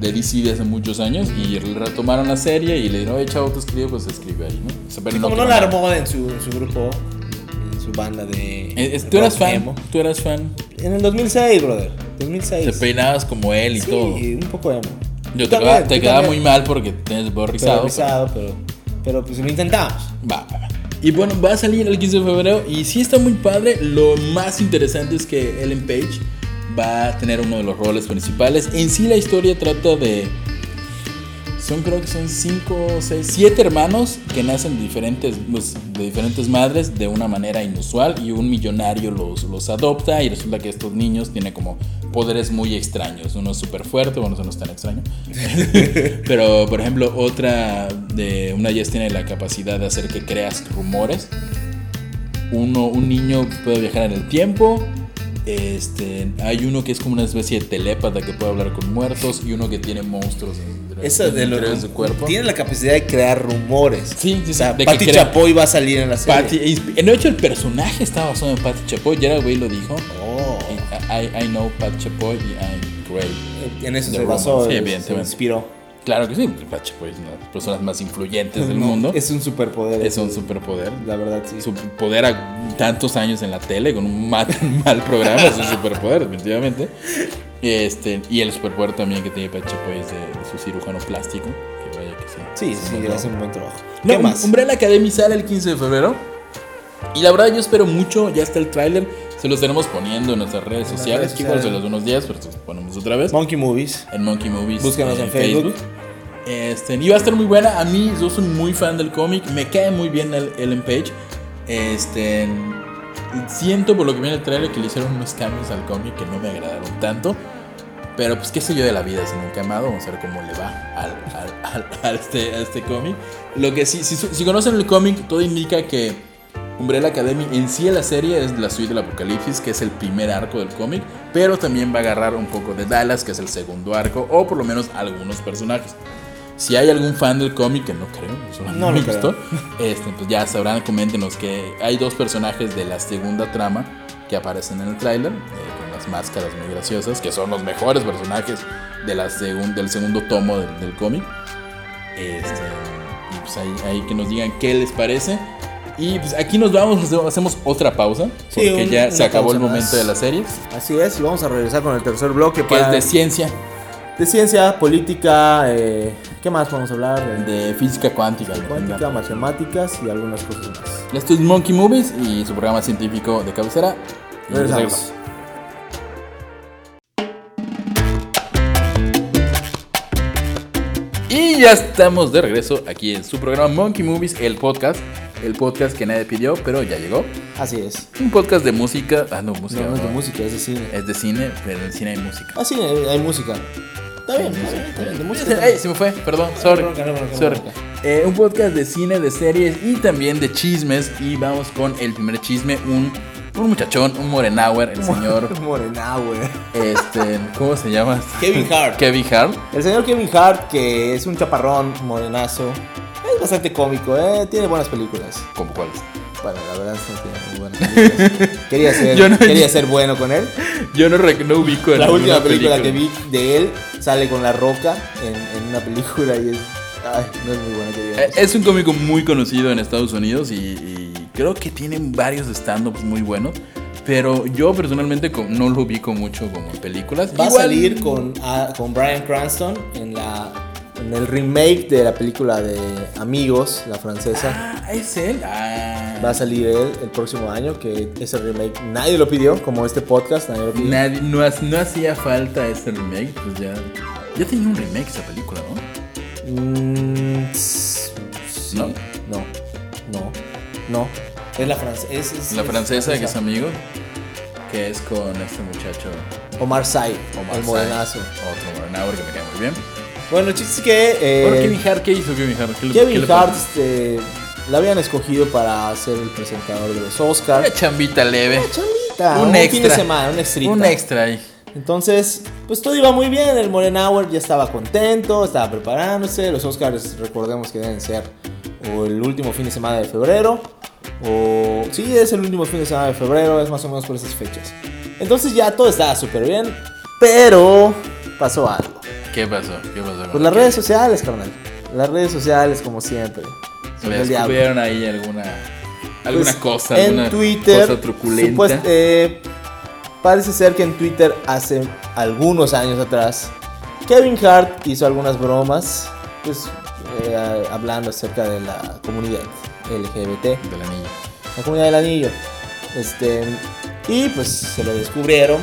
de DC de hace muchos años. Y retomaron la serie y le dijeron, oye, chavo, tú escribe, pues escribe ahí, ¿no? O sea, pero
Y como no
creó
la
nada.
armó en su, en su grupo, en su banda de.
Eh, eh,
de
tú eras
rock
fan,
emo.
tú eras fan.
En el 2006, brother. 2006.
Te peinabas como él y
sí,
todo.
un poco emo.
Yo
Tú
te, quedaba,
también,
te
tú
quedaba muy
también.
mal porque tenías el pelo
Pero
rizado. pero-
rizado, pero, pero pues lo intentamos.
Va, va, va. Y bueno, va a salir el 15 de febrero y sí está muy padre. Lo más interesante es que Ellen Page va a tener uno de los roles principales. En sí la historia trata de... Son creo que son 5, 6, 7 hermanos que nacen de diferentes, los- de diferentes madres de una manera inusual y un millonario los, los adopta y resulta que estos niños tienen como poderes muy extraños. Uno es súper fuerte, bueno, eso no es tan extraño. Pero, por ejemplo, otra de una ellas tiene la capacidad de hacer que creas rumores. Uno, un niño puede viajar en el tiempo. Este, hay uno que es como una especie de telépata que puede hablar con muertos y uno que tiene monstruos en,
Esa
en
de
el
lo
interior de su cuerpo.
Tiene la capacidad de crear rumores.
Sí, sí, sí,
O sea,
de que
Pati
crea-
Chapoy va a salir en la serie.
Patty, en hecho el personaje está basado en Patty Chapoy, Gerard Way lo dijo.
Oh.
I, I- I know Patty Chapoy y I'm great.
En eso
De
se
rumores.
basó.
Sí,
se
evidentemente.
inspiró.
Claro que sí, Patty Chapoy es una de las personas más influyentes del
No,
mundo. Es,
Es un superpoder. eso.
un superpoder.
La verdad, sí.
Su poder a tantos años en la tele con un mal, [laughs] mal programa es un superpoder, definitivamente. Este, y el superpoder también que tiene Patty Chapoy es de, de su cirujano plástico. Que vaya que sí.
sí, sí,
¿no?
hace un buen trabajo.
No,
¿Qué más?
Umbrella Academy sale el 15 de febrero. Y la verdad yo espero mucho, ya está el tráiler, se los tenemos poniendo en nuestras redes
las
sociales,
redes
chicos, de
sociales.
los unos días, pero se los ponemos otra vez.
Monkey Movies.
En Monkey Movies. eh,
Búsquenos en Facebook.
Este, y va a estar muy buena. A mí, yo soy muy fan del cómic. Me cae muy bien el Ellen Page. Este, siento por lo que viene el trailer que le hicieron unos cambios al cómic que no me agradaron tanto. Pero pues qué sé yo de la vida sin un camado. Vamos a ver cómo le va al, al- al- [laughs] al este, a este cómic. Lo que sí, si, su- si conocen el cómic, todo indica que Umbrella Academy en sí en la serie es la suite del apocalipsis, que es el primer arco del cómic. Pero también va a agarrar un poco de Dallas, que es el segundo arco, o por lo menos algunos personajes. Si hay algún fan del cómic, que no creo, eso no,
No
me
lo creo. [laughs]
gustó, este, pues ya sabrán, coméntenos que hay dos personajes de la segunda trama que aparecen en el tráiler, eh, con las máscaras muy graciosas, que son los mejores personajes de la segun- del segundo tomo del, del cómic. Este, y pues ahí, ahí que nos digan qué les parece. Y pues aquí nos vamos, hace- hacemos otra pausa,
Sí,
porque
un-
ya
una
se acabó el
pausa
momento
más.
de las series,
Así es, y vamos a regresar con el tercer bloque
que es
para
de ciencia,
de ciencia, política, eh, ¿qué más vamos a hablar? De
de física cuántica. me encanta.
cuántica, matemáticas y algunas cosas más.
Esto es Monkey Movies y su programa científico de cabecera. Y
Regresamos.
Y ya estamos de regreso aquí en su programa Monkey Movies, el podcast. El podcast que nadie pidió, pero ya llegó.
Así es.
Un podcast de música. Ah, no, música.
No, no es de
no.
música, es de cine.
Es de cine, pero en cine hay música.
Ah, sí, hay, hay música. Está bien, está bien, está bien, de [laughs] música.
Ay, se me fue, perdón, sorry.
bronca, no bronca, no
sorry.
bronca.
Eh, un podcast de cine, de series y también de chismes. Y vamos con el primer chisme, un, un muchachón, un Morenauer, el
[laughs]
señor,
Morenauer.
este, ¿cómo se llama?
Kevin Hart.
Kevin Hart.
[laughs] El señor Kevin Hart, que es un chaparrón morenazo, es bastante cómico, ¿eh? tiene buenas películas.
¿Cómo cuál? es?
Bueno, la verdad es que tiene muy buenas películas. [laughs] quería,
Yo
ser,
no-
quería ser bueno con él.
Yo no, rec- no ubico
La
ninguna
última película, que vi de él sale con la roca en, en una película y es. Ay, no es muy buena que
Eh,
digamos.
Es un cómico muy conocido en Estados Unidos y, y creo que tienen varios stand-ups muy buenos. Pero yo personalmente co- no lo ubico mucho como en películas.
Va a
Igual-
salir con, a- con Brian Cranston en, la, en el remake de la película de Amigos, la francesa.
Ah, es él. Ah.
Va a salir él el próximo año, que ese remake nadie lo pidió, como este podcast, nadie lo pidió.
Nadie, no, ha- no hacía falta ese remake, pues ya. Ya tenía un remake esa película, ¿no?
Mm, s-
¿No?
No, no, no. Es la francesa. Es, es-
La
es
francesa que es
francesa.
amigo, que es con este muchacho
Omar Sy,
Omar
el
Sy,
morenazo.
Otro morenazo que me cae muy bien.
Bueno, el chiste es que eh,
Bueno, Kevin Hart, ¿qué hizo Kevin Hart? ¿Qué le- qué
Kevin
le
Hart
pasó?
este, la habían escogido para ser el presentador de los Oscars.
Una chambita leve.
Chavita,
Un
un, fin de
extra.
semana, un extrita.
Un extra ahí.
Entonces, pues todo iba muy bien. El Morenauer ya estaba contento, estaba preparándose. Los Oscars, recordemos que deben ser o el último fin de semana de febrero. O sí, es el último fin de semana de febrero, es más o menos por esas fechas. Entonces ya todo estaba súper bien, pero pasó algo.
¿Qué pasó? ¿Qué pasó? con
Pues las
Kevin?
redes sociales, carnal. Las redes sociales, como siempre. son
Le
del diablo.
descubrieron ahí alguna, alguna
Pues,
cosa,
en
alguna
Twitter,
cosa truculenta.
supuest- eh, parece ser que en Twitter hace algunos años atrás, Kevin Hart hizo algunas bromas, pues eh, hablando acerca de la comunidad LGBT,
Del anillo.
la comunidad del anillo. Este, y pues se lo descubrieron.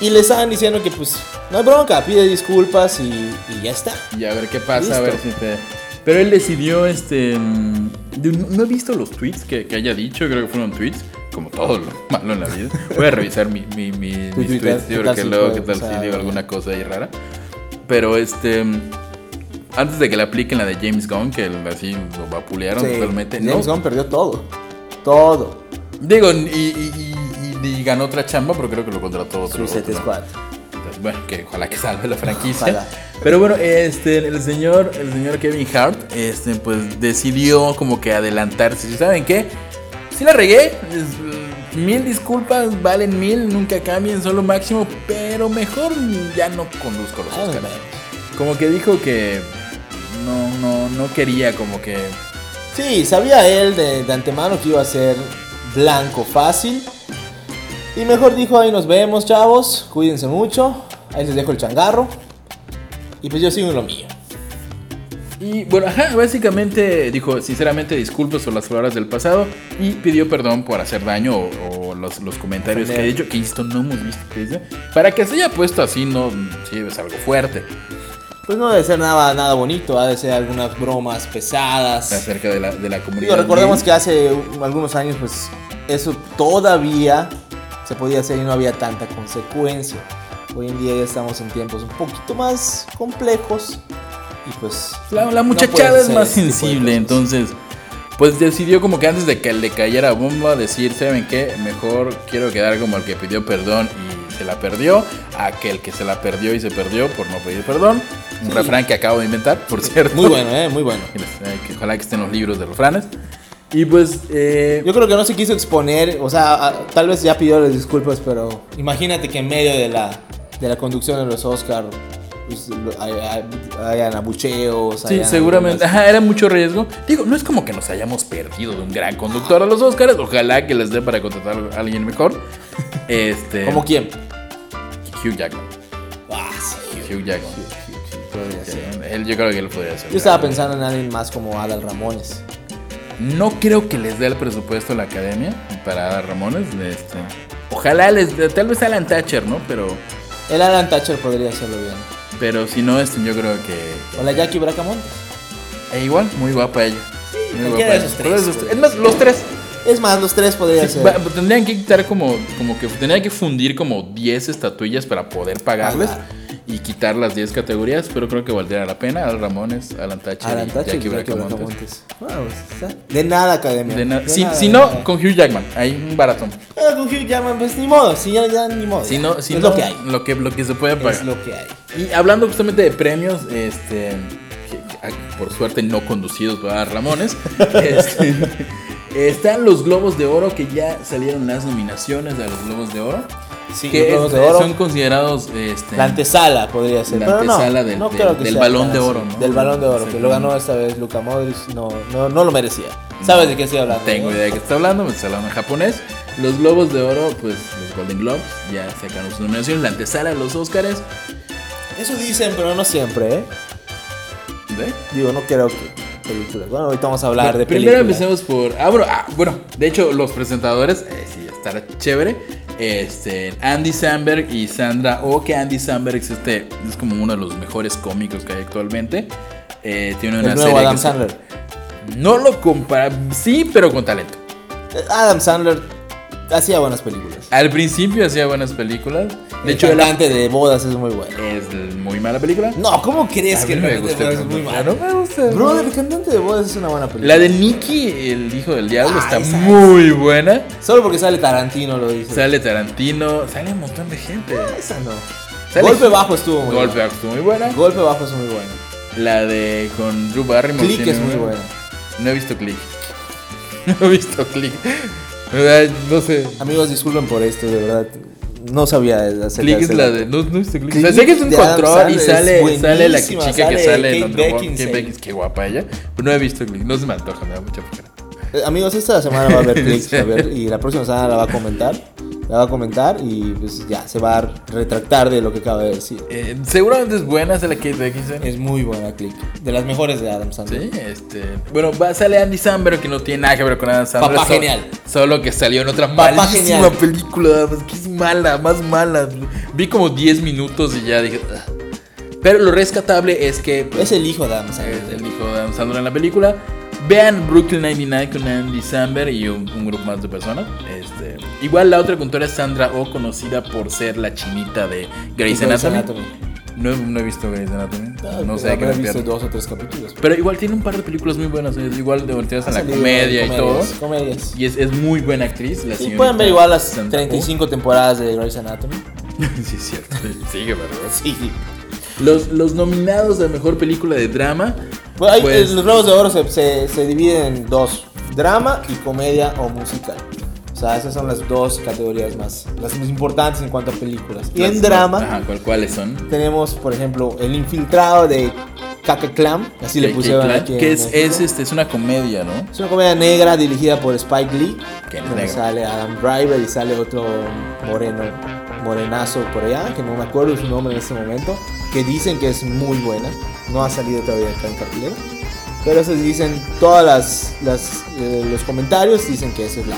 Y le estaban diciendo que pues no hay bronca, pide disculpas y, y ya está.
Y a ver qué pasa, a ver
Listo.
si te... Pero él decidió, este... mm, de- no he visto los tweets que, que haya dicho, creo que fueron tweets, como todo lo malo en la vida. Voy a revisar mi,
[laughs]
mi- mi- mis
Twitter,
tweets,
¿qué
yo creo
tal
que
si
luego,
fue?
qué tal
O sea,
si digo alguna cosa ahí rara. Pero este... mm, Antes de que le apliquen la de James Gunn, que el- así lo vapulearon
Sí,
totalmente.
James
no,
Gunn perdió todo. Todo.
Digo, y, y- y- y- y ganó otra chamba, pero creo que lo contrató otro.
Suicide
otro-
Squad.
Entonces, bueno, que ojalá que salve la franquicia.
Ojalá.
Pero bueno, este, el señor, el señor Kevin Hart, este, pues decidió como que adelantarse. ¿Y ¿Saben qué? Si la regué, es- mm, mil disculpas, valen mil, nunca cambien, solo máximo, pero mejor ya no conduzco los
Ah,
Oscars.
bueno.
Como que dijo que no, no, no quería como que
Sí, sabía él de, de antemano que iba a ser blanco fácil. Y mejor dijo, ahí nos vemos, chavos. Cuídense mucho. Ahí les dejo el changarro. Y pues yo sigo en lo mío.
Y bueno, ajá, básicamente dijo sinceramente disculpas por las palabras del pasado y pidió perdón por hacer daño o, o los, los comentarios que he
Ofender.
hecho, que insisto, no hemos visto. que dice. Para que se haya puesto así, no, sí, es algo fuerte
Pues no debe ser nada, nada bonito, ha de ser algunas bromas pesadas.
acerca de la, de la comunidad.
Digo, recordemos
gay.
que hace u- algunos años, pues eso todavía se podía hacer y no había tanta consecuencia. Hoy en día ya estamos en tiempos un poquito más complejos. Y pues.
La, la
no
muchachada es
puedes hacer
más
ese tipo de
sensible,
cosas.
entonces, pues decidió como que antes de que le cayera bomba, decir, ¿saben qué? Mejor quiero quedar como el que pidió perdón y se la perdió, aquel que se la perdió y se perdió por no pedir perdón. Un
Sí.
refrán que acabo de inventar, por cierto.
Muy
[laughs]
bueno, eh, muy bueno.
Eh, que Ojalá que estén los libros de refranes. Y pues, eh,
Yo creo que no se quiso exponer, o sea, a- tal vez ya pidió las disculpas, pero imagínate que en medio de la, de la conducción de los Oscar pues, lo- hay- hay- hayan abucheos.
sí,
hayan
seguramente,
algunas-
ajá, era mucho riesgo. Digo, no es como que nos hayamos perdido de un gran conductor a los Oscars. Ojalá que les dé para contratar a alguien
[laughs]
mejor. Este,
¿Como quién?
Hugh Jackman.
Ah, sí,
Hugh Jackman.
podría ser.
Él, yo creo que él podría ser.
Yo estaba pensando en alguien más como Adal Ramones.
No creo que les dé el presupuesto a la academia para Ada Ramones. de Este. Ojalá les dé, tal vez Alan Thatcher, ¿no? Pero
El Alan Thatcher podría hacerlo bien.
Pero si no, este, yo creo que.
Hola Jackie Bracamontes.
E igual, muy guapa ella. Muy
cualquiera
guapa ella.
de esos tres,
Cualquiera de esos
güey.
tres. Es más, los tres.
Es más, los tres podrían
Sí,
ser.
va- tendrían que quitar como, como que tendrían que fundir como 10 estatuillas para poder pagarles
Pagar.
y quitar las 10 categorías, pero creo que valdría la pena. Al Ramones, Alan Thatcher,
Alan
y
Thatcher y
Jackie
Jackie
Bracamontes.
Bracamontes. Bueno, pues, está. De nada, academia.
De na-
De
si,
nada,
si
de
no,
nada.
con Hugh Jackman, hay un baratón.
Ah, con Hugh Jackman, pues ni modo. Si ya, ya ni modo.
Si
ya.
no, si
es
no,
lo que hay.
Lo que, lo que se puede
Es
pagar.
lo que hay.
Y hablando justamente de premios, este, que- que- por suerte no conducidos por
[laughs]
Ramones, este, están los Globos de Oro, que ya salieron las nominaciones de los Globos de Oro.
Sí,
que
los Globos
este,
de Oro.
son considerados este,
La antesala podría ser.
La
pero no,
antesala del-
no
del-
creo que
del
sea
Balón
tan
de
así.
Oro, ¿no?
Del balón de oro,
Sí.
que lo ganó esta vez Luka Modric. No, no, no lo merecía. ¿Sabes de qué estoy hablando?
tengo
no?
idea de qué está hablando, me está hablando en japonés. Los Globos de Oro, pues los Golden Globes, ya sacaron sus nominaciones, la antesala de los Oscars.
Eso dicen, pero no siempre, ¿eh?
¿Ve?
Digo, no creo que. Películas. Bueno, ahorita vamos a hablar de
Primero
películas.
empecemos por. Ah, bueno, ah, bueno, de hecho, los presentadores, eh, sí, estará chévere. Este, Andy Samberg y Sandra O, que Andy Samberg es, este, es como uno de los mejores cómicos que hay actualmente. Eh, tiene una
El
serie.
nuevo Adam
que se-
Sandler.
No lo compara, sí, pero con talento.
Eh, Adam Sandler hacía buenas películas.
Al principio hacía buenas películas. De
El
hecho, él
cantante de bodas es muy bueno.
es muy mala película.
No, ¿cómo crees
A
que
mí
el
no me gusta
cantante de
el
bodas es muy
cantante. No
malo?
me gusta.
Bro, el cantante de bodas es una buena película.
La de Nicky, el hijo del diablo,
Ah,
está
esa es.
muy buena.
Solo porque sale Tarantino lo dice.
Sale Tarantino, sale un montón de gente.
Esa no.
Sale-
Golpe bajo estuvo muy
Golpe
bueno.
Bajo estuvo muy buena.
Golpe bajo es muy bueno.
La de con Drew Barrymore.
Click
tiene
es muy
una-
buena.
No he visto Click. [laughs] No he visto Click. O sea, No sé.
Amigos, disculpen por esto, de verdad. No sabía acerca
Click es
ese
la
dato.
de. No, no he visto Click.
Click
O sea, sé que es un
de Adam
control y
Sandler es
sale,
buenísima,
sale la chica
sale
que sale en
Kate
Underworld.
Beckinsale.
Kate Beckinsale. Qué guapa ella. Pero no he visto Click. No se me antoja, me da mucha flojera.
Eh, Amigos, esta semana va a [laughs] haber clics, a ver, y la próxima semana la va a comentar. La va a comentar y pues ya, se va a retractar de lo que acaba de decir.
Eh, seguramente es buena, sale Kate Beckinsale.
Es muy buena click. De las mejores de Adam Sandler.
Sí, este. Bueno, va, sale Andy Samberg, que no tiene nada que ver con Adam Sandler.
Papá
so-
genial.
Solo que salió en otra
Papá
malísima
genial.
película. pues, Que es mala, más mala. Vi como 10 minutos y ya dije. "Ugh". Pero lo rescatable es que pues,
Es el hijo de Adam
es
Sandler.
el hijo de Adam Sandler en la película. Vean Brooklyn 99 con Andy Samberg y un, un grupo más de personas. Este, igual la otra contora es Sandra O, conocida por ser la chinita de Grey's
Grey's
Anatomy.
Anatomy.
No, no he visto Grey's Anatomy.
Ah,
No sé a qué
habré
me
visto
pierdo.
dos o tres capítulos.
Pero igual tiene un par de películas muy buenas, ¿eh? igual de volteadas
Ha
en la
salido
comedia y todo.
comedias, Comedias.
Y es, es muy buena actriz, la
Y
señorita
pueden ver igual las
Santa
35 temporadas de Grey's Anatomy.
U. [laughs] sí, es
[laughs]
cierto. Sigue, ¿verdad?
Sí.
Los, los nominados a mejor película de drama.
Bueno, hay-
pues,
eh, los Globos de Oro se, se, se dividen en dos: drama y comedia o musical. O sea, esas son las dos categorías más, las más importantes en cuanto a películas. Y
las-
en drama
Ajá, ¿cuál- ¿cuáles son?
tenemos, por ejemplo, El Infiltrado de Kaka Clam, así le
Que- que-
pusieron
que-
aquí. en
Que es,
México.
es, este, es una comedia, ¿no?
Es una comedia negra dirigida por Spike Lee.
Que
donde
negro.
sale Adam Driver y sale otro moreno, morenazo por allá, que no me acuerdo su nombre en este momento, que dicen que es muy buena. No ha salido todavía acá en cartelera. Pero se dicen todas las, las, eh, los comentarios dicen que esa es la,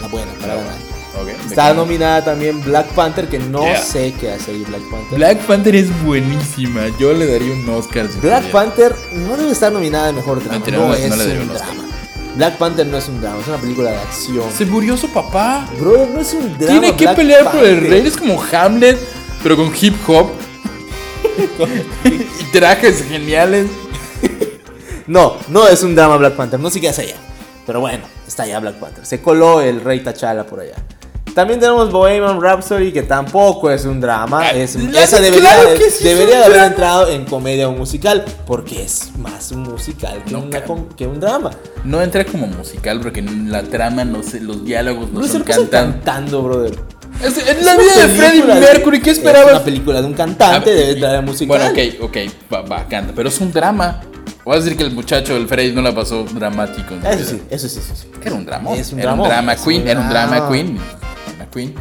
la buena para ganar.
Ok, ¿de
Está
qué?
nominada también Black Panther, que no
Yeah.
sé qué hace ahí Black Panther. Black,
Black Panther es buenísima. Yo le daría un Oscar. si pudiera.
Panther no debe estar nominada de mejor drama.
te-
No,
no, no
es
le daría
un
un Oscar.
drama. Black Panther no es un drama, es una película de acción.
Se murió su papá.
Brother, no es un drama.
Tiene que
Black
pelear por el
Panther.
rey, es como Hamlet, pero con hip
[laughs]
hop. y trajes geniales.
No, no es un drama Black Panther. No sé qué hace allá. Pero bueno, está allá Black Panther. Se coló el rey T'Challa por allá. También tenemos Bohemian Rhapsody, que tampoco es un drama.
Ah,
Es,
claro,
esa debería,
claro
de-
que sí es
debería
un
de haber
drama.
entrado en comedia o musical, porque es más un musical que,
No,
una
cara.
com- que un drama.
No entra como musical porque la trama, no sé, los diálogos no
No se
son
lo pasan
cantan.
cantando, brother.
Es, es la
Es una
vida de
película
Freddie Mercury, ¿qué
es
esperabas?
una película de un cantante,
Ah,
debe
y-
traer musical.
Bueno, ok, ok, va, va, canta, pero es un drama. Voy a decir que el muchacho, el Freddie, no la pasó dramático.
Eso sí, eso sí, eso sí.
Era un drama.
Es un
era un
dramón,
drama
es un
queen. Era un drama
drama.
queen. Una queen.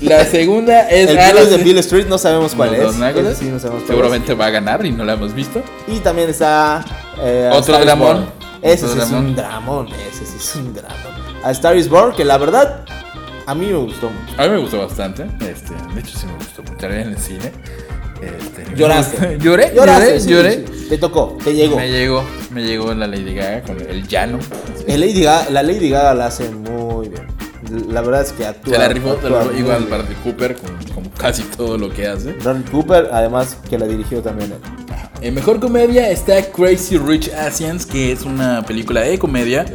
La segunda es
El
Alice-
virus de Bill Street no sabemos cuál
No,
es.
no, no,
Ese
no,
sí, no sabemos cuál es.
Seguramente va a ganar y no la hemos visto.
Y también está. eh, A
Otro
Star is
dramón.
Born. Ese sí
Otro
es un dramón. Ese sí es un dramón. A Star is Born, que la verdad, a mí me gustó mucho.
A mí me gustó bastante. Este, de hecho, sí me gustó mucho. La vi en el cine. Este, me
Lloraste.
gusta- [laughs] Lloré, lloré,
sí,
lloré.
sí. Te tocó, te llegó.
Me llegó, me llegó la Lady Gaga con el llano.
El Lady Gaga- la Lady Gaga la hace muy bien. La verdad es que actúa.
Se la rifó, se la
actúa
rifó,
muy
igual
bien.
Bradley Cooper con, con casi todo lo que hace.
Ronald Cooper, además que la dirigió también él.
En mejor comedia está Crazy Rich Asians, que es una película de comedia.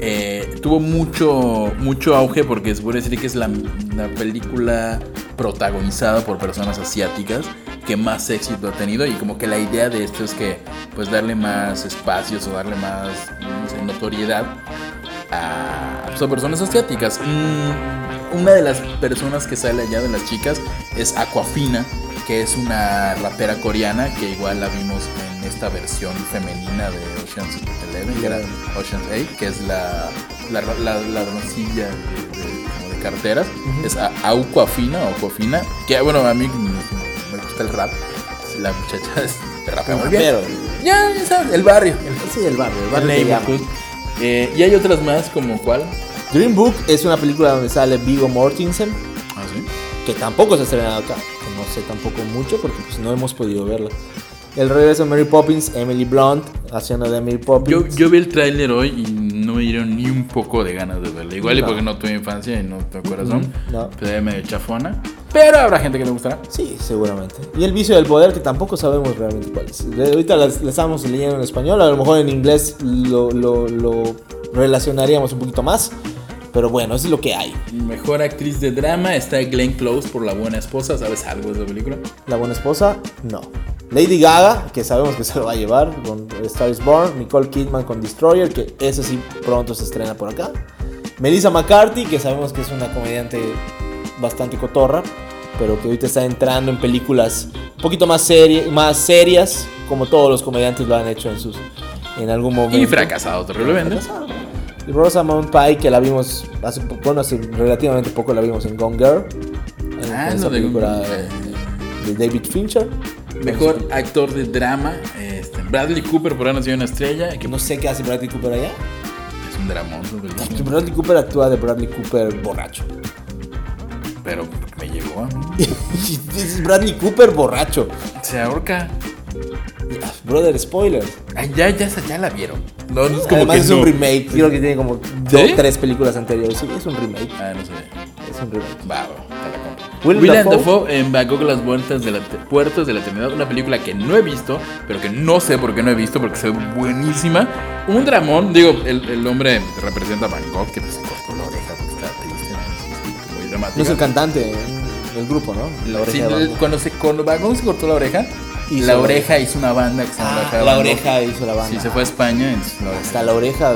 Eh, tuvo mucho, mucho auge porque se puede decir que es la, la película protagonizada por personas asiáticas que más éxito ha tenido y como que la idea de esto es que pues darle más espacios o darle más no sé, notoriedad a pues, a personas asiáticas. Mm, una de las personas que sale allá de las chicas es Aquafina, que es una rapera coreana que igual la vimos en esta versión femenina de Ocean's Eleven, que era Ocean's 8, que es la la la, la doncella de, de- como de carteras. Es a- Aquafina, Aquafina, que bueno, a mí me, me gusta el rap. La muchacha es rapa muy bien.
Pero,
Ya, ya sabes, el barrio.
sí, del barrio, el
El
barrio te
neighborhood. Eh, y hay otras más como cuál.
llama. Green Book es una película donde sale Vigo Mortensen,
Ah, sí.
que tampoco se ha estrenado acá. que no sé tampoco mucho porque pues, no hemos podido verla. El regreso de Mary Poppins, Emily Blunt haciendo de Mary
Yo,
Poppins.
yo vi el tráiler hoy y no me dieron ni un poco de ganas de verla. Igual y
No. Mm,
porque no tuve infancia y no tuve corazón.
no.
Pero ya medio chafona. Pero habrá gente que le gustará.
Sí, seguramente. Y el vicio del poder, que tampoco sabemos realmente cuál es. De- Ahorita la la estábamos leyendo en español, a lo mejor en inglés lo, lo- lo relacionaríamos un poquito más. Pero bueno, eso es lo que hay.
Mejor actriz de drama está Glenn Close por La Buena Esposa. ¿Sabes algo de esa película?
La buena esposa, no. Lady Gaga, que sabemos que se lo va a llevar con Star is Born. Nicole Kidman con Destroyer, que eso sí pronto se estrena por acá. Melissa McCarthy, que sabemos que es una comediante bastante cotorra, pero que ahorita está entrando en películas un poquito más, serie- más serias, como todos los comediantes lo han hecho en, sus, en algún momento.
Y fracasado terriblemente.
Rosamund Pike, que la vimos hace, po- bueno, hace relativamente poco la vimos en Gone Girl. en-
Ah,
en
lo de Gone
película eh,
Girl.
de David Fincher.
Mejor actor de drama. este, Bradley Cooper por Ana Soy una estrella. Que
No sé qué hace Bradley Cooper allá.
es un dramón. esa película.
Que Bradley Cooper actúa de Bradley Cooper borracho.
Pero me llegó a mí.
[laughs] es Bradley Cooper borracho.
Se ahorca.
Brother, spoilers.
Ay, Ah, ya, ya, ya la vieron. No, no es como
Además
que
es
no.
un remake. Creo que tiene como
¿Sí?
dos, tres películas anteriores. Sí, es un remake.
Ah, no sé.
Es un remake.
Va, va, te la compro.
Willem
Willem
Dafoe.
Dafoe embagó con las vueltas de la te- puertas de la eternidad, una película que no he visto, pero que no sé por qué no he visto, porque se ve buenísima. Un dramón, digo, el, el hombre representa a Bangkok, que pues, se cortó la oreja porque está triste, ¿no? Es muy dramático.
No es el cantante del grupo, ¿no? La oreja
Sí,
de Van
el-
Gogh.
cuando se cuando Van Gogh se cortó la oreja, y
Hizo
la
la
oreja hizo una banda que se llama
Ah,
de
la
Van Gogh.
oreja hizo la banda.
Sí, se fue a España. entonces la oreja.
Hasta la oreja.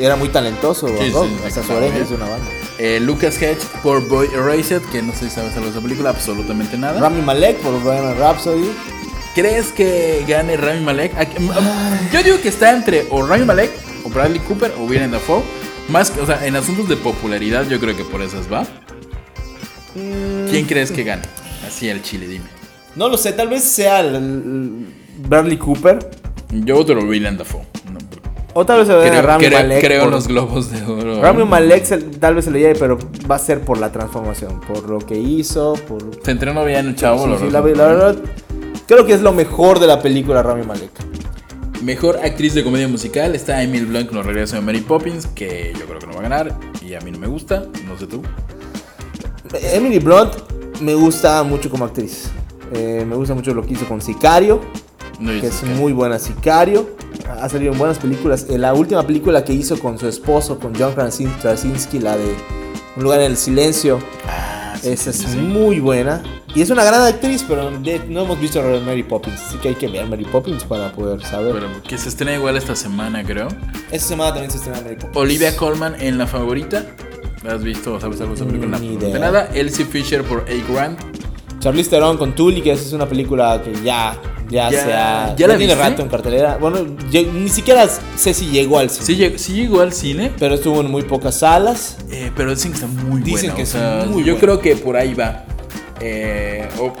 Era muy talentoso. Van
sí,
Gogh.
sí,
Hasta su
claro,
oreja
bien.
hizo una banda.
Eh, Lucas Hedge por Boy Erased, que no sé si sabes algo de esa película, absolutamente nada.
Rami Malek por Bohemian Rhapsody.
¿Crees que gane Rami Malek? Aquí- m- m- Yo digo que está entre o Rami Malek, o Bradley Cooper, o Willem Dafoe. Más, que- o sea, en asuntos de popularidad, yo creo que por esas va.
Mm,
¿Quién crees que gane? Así el chile, dime.
No lo sé, tal vez sea el- el Bradley Cooper.
Yo otro Willem Dafoe. No,
O tal vez se lo den a
creo
Eh, Rami
creo-
Malek.
creo en
por-
los globos de oro.
Rami Malek se- tal vez se lo lleve, pero va a ser por la transformación, por lo que hizo, por...
Se entrenó bien el chavo.
Sí,
Ah, lo
sí, la,
resuelve.
la verdad, creo que es lo mejor de la película Rami Malek.
Mejor actriz de comedia musical está Emil Blunt con los regresos de Mary Poppins, que yo creo que no va a ganar. Y a mí no me gusta, no sé tú.
Emily Blunt me gusta mucho como actriz. Eh, me gusta mucho lo que hizo con Sicario,
No
que es
dices que-
muy buena Sicario. Ha salido en buenas películas. Eh, la última película que hizo con su esposo, con John Krasin- Krasinski, la de Un lugar en el silencio,
Ah, sí,
Esa
sí,
es
sí, sí.
muy buena. Y es una gran actriz, pero de- no hemos visto a Mary Poppins. Así que hay que ver Mary Poppins para poder saber.
Pero que se estrena igual esta semana, creo.
Esta semana también se estrena Mary Poppins.
Olivia Colman en La Favorita. ¿La ¿Has visto? o ¿Sabes algo sobre con la
Mm, Ni
favorita?
idea.
Nada. Elsie Fisher por A Grant.
Charlize Theron con Tully, que esa es una película que ya,
Ya-
ya, se ha-
¿ya la viste?
tiene rato en cartelera. Bueno, lle- ni siquiera sé si llegó al cine.
Sí, llegó- sí llegó al cine,
Pero estuvo en muy pocas salas.
eh, pero dicen que está muy buena.
Dicen que
o
es
sea,
muy
Yo
buena.
creo que por ahí va. Eh, o-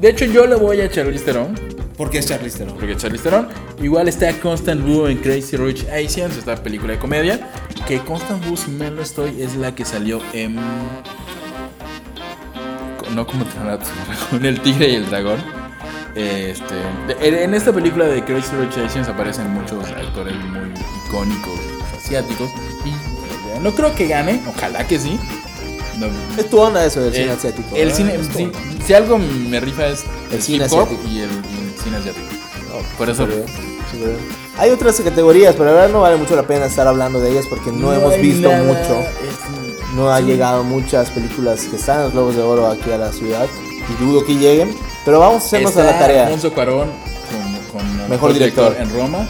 de hecho, yo le voy a Charlize Theron.
¿Por qué es Charlize Theron?
Porque Charlize Theron. Igual está Constant Wu en Crazy Rich Asians, esta película de comedia. Que Constant Wu, si mal no estoy, es la que salió en. No como entrenar a tu dragón, el tigre y el dragón. Este, de- en esta película de Crazy Rich Asians aparecen muchos actores muy icónicos asiáticos. Y eh, no creo que gane, ojalá que sí. No,
Es tu onda eso del cine
eh,
asiático.
El
¿verdad?
cine,
Es tu
si,
onda.
si algo me rifa es
El cine
hip hop
asiático.
y el, y el cine asiático.
Oh,
Por eso-
súper bien, súper bien. Hay otras categorías, pero la verdad no vale mucho la pena estar hablando de ellas porque no, hemos
hay
visto
nada,
mucho.
es-
No ha llegado muchas películas que están en los Globos de Oro aquí a la ciudad y dudo que lleguen, pero vamos a hacernos a
está
la tarea.
Alfonso Cuarón con, con el
Mejor director.
en Roma.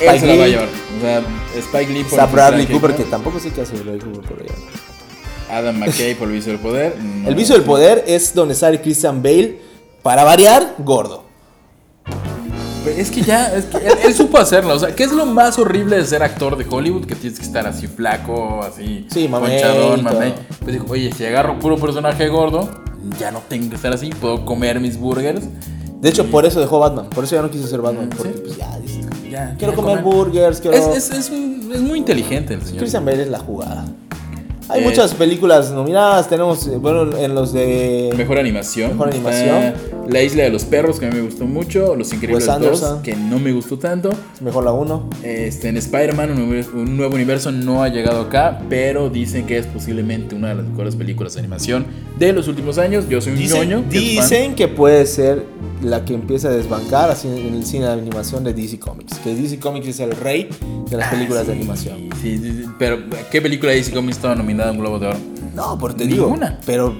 Spike
Él se la va a
Lee.
llevar. O sea, Spike Lee
Está
Infiltrar
Bradley
Hitler,
Cooper, que tampoco sé qué hace Bradley Cooper por allá.
Adam McKay por El Vicio del Poder. no.
El vicio del poder es donde sale Christian Bale, para variar, gordo.
Es que ya, es que él, él supo hacerlo. O sea, ¿qué es lo más horrible de ser actor de Hollywood? Que tienes que estar así flaco, así.
Sí, mamey,
Conchadón,
todo.
mamey. Pues dijo, oye, si agarro puro personaje gordo, ya no tengo que estar así, puedo comer mis burgers.
De hecho, por eso dejó Batman, por eso ya no quiso ser Batman,
Sí.
porque pues ya, listo.
Ya,
Quiero
ya
comer burgers, quiero...
Es, es, es un- es muy inteligente el señor.
Christian Bale es la jugada. Hay
Eh.
muchas películas nominadas, tenemos, eh, bueno, en los de...
Mejor animación.
Mejor
está
animación.
La isla de los perros, que a mí me gustó mucho. Los Increíbles
Wes
2,
Anderson.
que no me gustó tanto.
Mejor la 1.
Este, en Spider-Man, un, nuevo- un nuevo universo no ha llegado acá, pero dicen que es posiblemente una de las mejores películas de animación de los últimos años. Yo soy un ñoño.
Dicen,
que es fan.
dicen que puede ser la que empieza a desbancar así en el cine de animación de DC Comics. Que DC Comics es el rey de las películas de animación.
Ah, Sí, sí, sí, pero ¿qué película dice que estaba nominada a un Globo de Oro?
No, por te digo.
Ninguna.
Pero,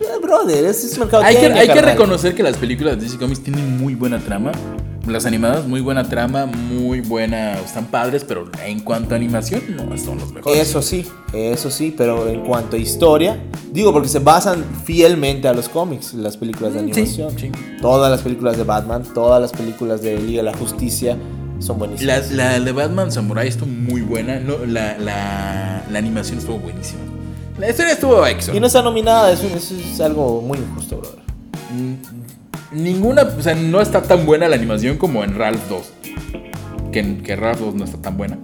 eh, brother, ese es mercado.
Hay que, hay que reconocer que las películas de DC Comics tienen muy buena trama. Las animadas, muy buena trama, muy buena. Están padres, pero en cuanto a animación, no son los mejores.
Eso sí, eso sí, pero en cuanto a historia, digo porque se basan fielmente a los cómics, las películas de
Mm, sí,
animación.
sí.
Todas las películas de Batman, todas las películas de Liga de la Justicia son
La,
buenísimas.
la de Batman Samurai estuvo muy buena. No, la, la, la animación estuvo buenísima. La historia estuvo
Y
excellent.
no está nominada, eso, eso es algo muy injusto, brother.
Ninguna, o sea, no está tan buena la animación como en Ralph 2. Que, en- que Ralph 2 no está tan buena.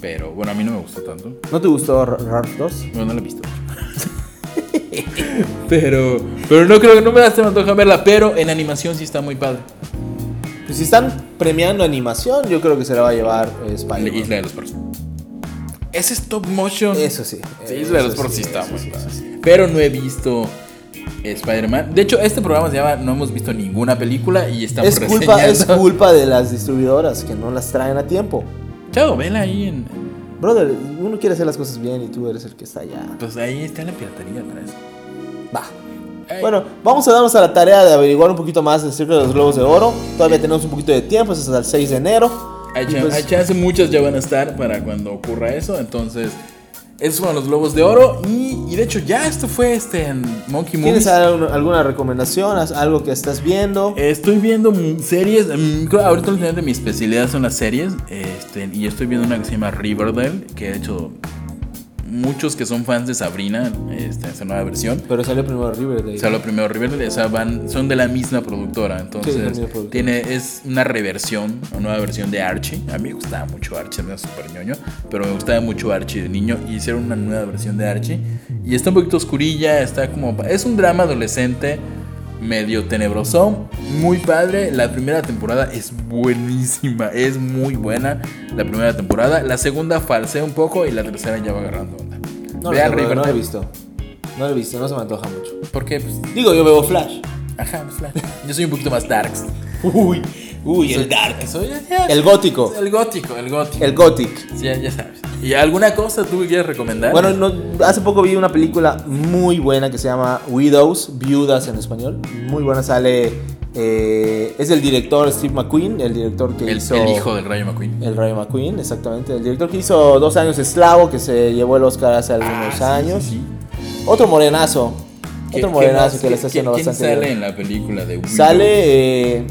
Pero bueno, a mí no me gustó tanto.
¿No te gustó Ra- Ralph 2?
Bueno, no la he visto. pero, pero no creo que no me da se me antoja verla. Pero en animación sí está muy padre.
Pues si están premiando animación, yo creo que se la va a llevar eh,
La
Spider-Man.
Isla de los Perros. Ese stop motion.
Eso sí.
Sí,
eh,
Isla de los
eso
Perros sí
sí,
está
eso
muy
sí,
padre.
eso sí.
Pero no he visto Spider-Man. De hecho, este programa se llama No hemos visto ninguna película y estamos
Es culpa, es
reseñando.
culpa de las distribuidoras que no las traen a tiempo.
Chao, vela ahí en.
Brother, uno quiere hacer las cosas bien y tú eres el que está allá.
Pues ahí está la piratería atrás.
Va.
Ey.
Bueno, vamos a darnos a la tarea de averiguar un poquito más acerca de los globos de oro. Todavía tenemos un poquito de tiempo, es hasta el 6 de enero.
Hay,
Y
chan-
pues,
hay chance, muchas ya van a estar para cuando ocurra eso. Entonces, esos fueron los globos de oro. Y, y de hecho, ya esto fue este en Monkey Movies.
¿Tienes alguna alguna recomendación? ¿Haz- ¿Algo que estás viendo?
Estoy viendo mm, series. mm, creo- Ahorita últimamente mi especialidad son las series. Este, y estoy viendo una que se llama Riverdale. Que de hecho, muchos que son fans de Sabrina, este, esa nueva versión.
Pero salió primero Riverdale.
O sea, lo primero Riverdale, o sea, van, son de la misma productora.
Sí, es la
Entonces,
misma productora.
tiene, es una reversión, una nueva versión de Archie. A mí me gustaba mucho Archie, era súper ñoño. Pero me gustaba mucho Archie de niño. Y hicieron una nueva versión de Archie. Y está un poquito oscurilla, está como. pa- Es un drama adolescente, medio tenebroso, muy padre. La primera temporada es buenísima, es muy buena. La primera temporada, la segunda falsea un poco y la tercera ya va agarrando onda.
no, lo sé,
Vean
brother, no lo he
Riverdale.
visto. No lo he visto, no se me antoja mucho.
Porque, pues,
Digo, yo veo Flash. [laughs]
Ajá, pues, claro. Yo soy un poquito más darks.
Uy, uy,
Soy-
el Dark.
soy- ya-
El gótico.
El gótico, el gótico.
El Gothic.
Sí, ya, ya sabes. ¿Y alguna cosa tú que quieres recomendar?
Bueno, no- hace poco vi una película muy buena que se llama Widows, Viudas en español. Muy buena, sale. eh, es del director Steve McQueen, el director que
el,
hizo.
el hijo del Rayo McQueen.
El Rayo McQueen, exactamente. El director que hizo dos años Esclavo, que se llevó el Oscar hace
Ah,
algunos
sí,
años.
sí, sí.
Otro morenazo.
¿Qué-
Otro
qué
morenazo
más?
que le está
¿Qué-
haciendo
quién
bastante
sale
bien.
en la película de Widow?
Sale eh,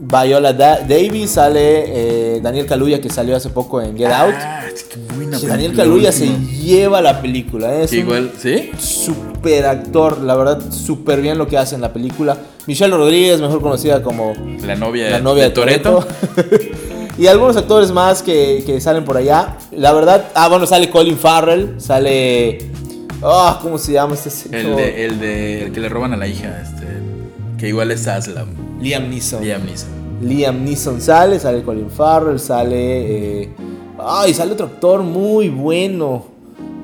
Viola Da- Davis, sale eh, Daniel Kaluuya que salió hace poco en Get Out.
Ah, sí, qué buena
Sí, Daniel
película,
Kaluuya se
buenísima.
lleva la película. ¿eh? Es
Que
un
igual, ¿sí?
super actor, la verdad, súper bien lo que hace en la película. Michelle Rodríguez, mejor conocida como
La novia,
la novia de Toreto.
Toretto.
[laughs] y algunos actores más que, que salen por allá. La verdad, ah, bueno, sale Colin Farrell, sale. Ah, ¿cómo se llama este
El
señor?
de, el de el que le roban a la hija, este. que igual es Aslam.
Liam Neeson.
Liam Neeson.
Liam Neeson sale, sale Colin Farrell, sale. eh, Ay, sale otro actor muy bueno.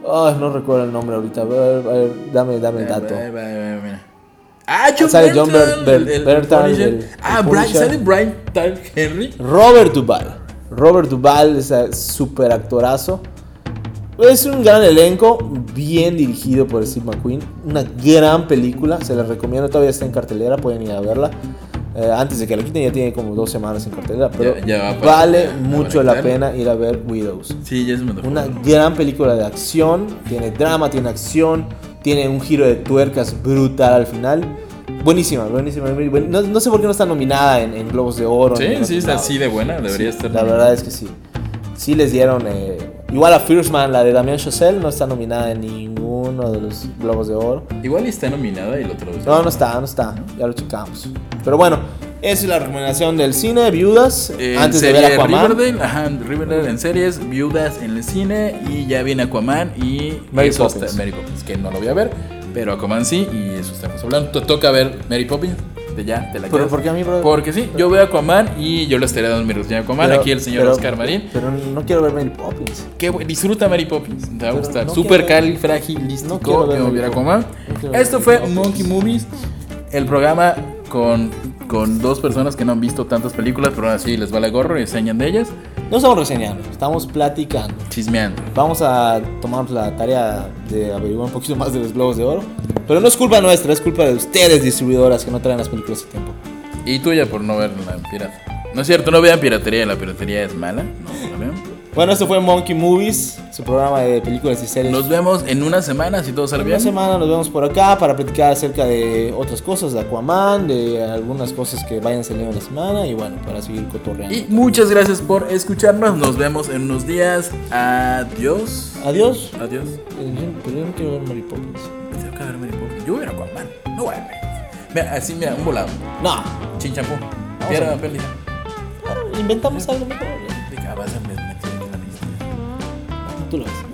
Ay, no recuerdo el nombre ahorita. A ver, a ver, dame, dame el dato.
Eh, va, va, va, mira. Ah, John
Sale John
Bertrand.
Ber-
el-
Ber-
el
Bertrand,
Punisher.
el- el
ah, Brian,
Punisher.
sale Brian Tyler Henry.
Robert Duvall. Robert Duvall es eh, súper actorazo. Es un gran elenco, bien dirigido por Steve McQueen. Una gran película, se la recomiendo. Todavía está en cartelera, pueden ir a verla. Eh, antes de que la quiten, ya tiene como dos semanas en cartelera. Pero
Ya- ya va para-
vale
ya, ya
mucho
van a
la
quitarla.
pena ir a ver Widows.
Sí, ya se me antojó.
Una gran película de acción, tiene drama, tiene acción, tiene un giro de tuercas brutal al final. Buenísima, buenísima. muy buen- No, no sé por qué no está nominada en, en Globos de Oro. ni en
Sí, sí,
otros
es
lados.
así de buena. Debería
Sí,
estar.
La verdad es que sí. Sí les dieron. eh, igual a First Man, la de Damien Chazelle, no está nominada en ninguno de los Globos de Oro.
Igual y está nominada y lo traduce.
No, no está, no está. Ya lo checamos. Pero bueno, esa es la recomendación del cine, Viudas.
En
antes de
serie
ver Aquaman.
Riverdale, ajá, en Riverdale en series, Viudas en el cine y ya viene Aquaman y
Mary
eso
Poppins.
está- Mary Poppins, que no lo voy a ver, pero Aquaman sí y eso estamos hablando. Te toca ver Mary Poppins, de ya, te la
¿Pero
quedas.
por qué a mí, brother?
Porque sí, yo veo Aquaman y yo le estaré dando mi reseña de Aquaman,
Pero-
aquí el señor
pero-
Oscar Marín.
Pero no quiero ver Mary Poppins.
Qué bu- disfruta Mary Poppins, te va a
Pero
gustar.
no
Super
quiero ver-
cali, frágil, listo.
no quiero ver
yo
Mary
viera
Poppins.
Aquaman.
No quiero ver
Esto
Mary
fue
Poppins.
Monkey Movies, el programa con, con dos personas que no han visto tantas películas, pero así les vale gorro y enseñan de ellas,
No estamos reseñando, estamos platicando.
chismeando.
Vamos a tomar la tarea de averiguar un poquito más de los globos de oro. Pero no es culpa nuestra, es culpa de ustedes, distribuidoras, que no traen las películas a tiempo.
Y tuya por no ver la pirata. No es cierto, no vean piratería, la piratería es mala. No, no la vean.
Bueno, esto fue Monkey Movies, su programa de películas y series.
Nos vemos en una semana si todo sale
Una
bien.
semana nos vemos por acá para platicar acerca de otras cosas, de Aquaman, de algunas cosas que vayan saliendo en la semana y bueno, para seguir cotorreando.
Y muchas gracias por escucharnos. Nos vemos en unos días. Adiós.
Adiós.
Adiós.
Eh, yo- Pero yo no quiero ver Mary Poppins.
Me tengo que verme de poco. Yo voy a Aquaman. No voy a ver. Mira, así, mira, un volado.
No,
Chinchampú.
a
Piedra,
ver.
papel, lija.
inventamos algo mejor.
De que vas a meter en la lista.
Tú lo ves.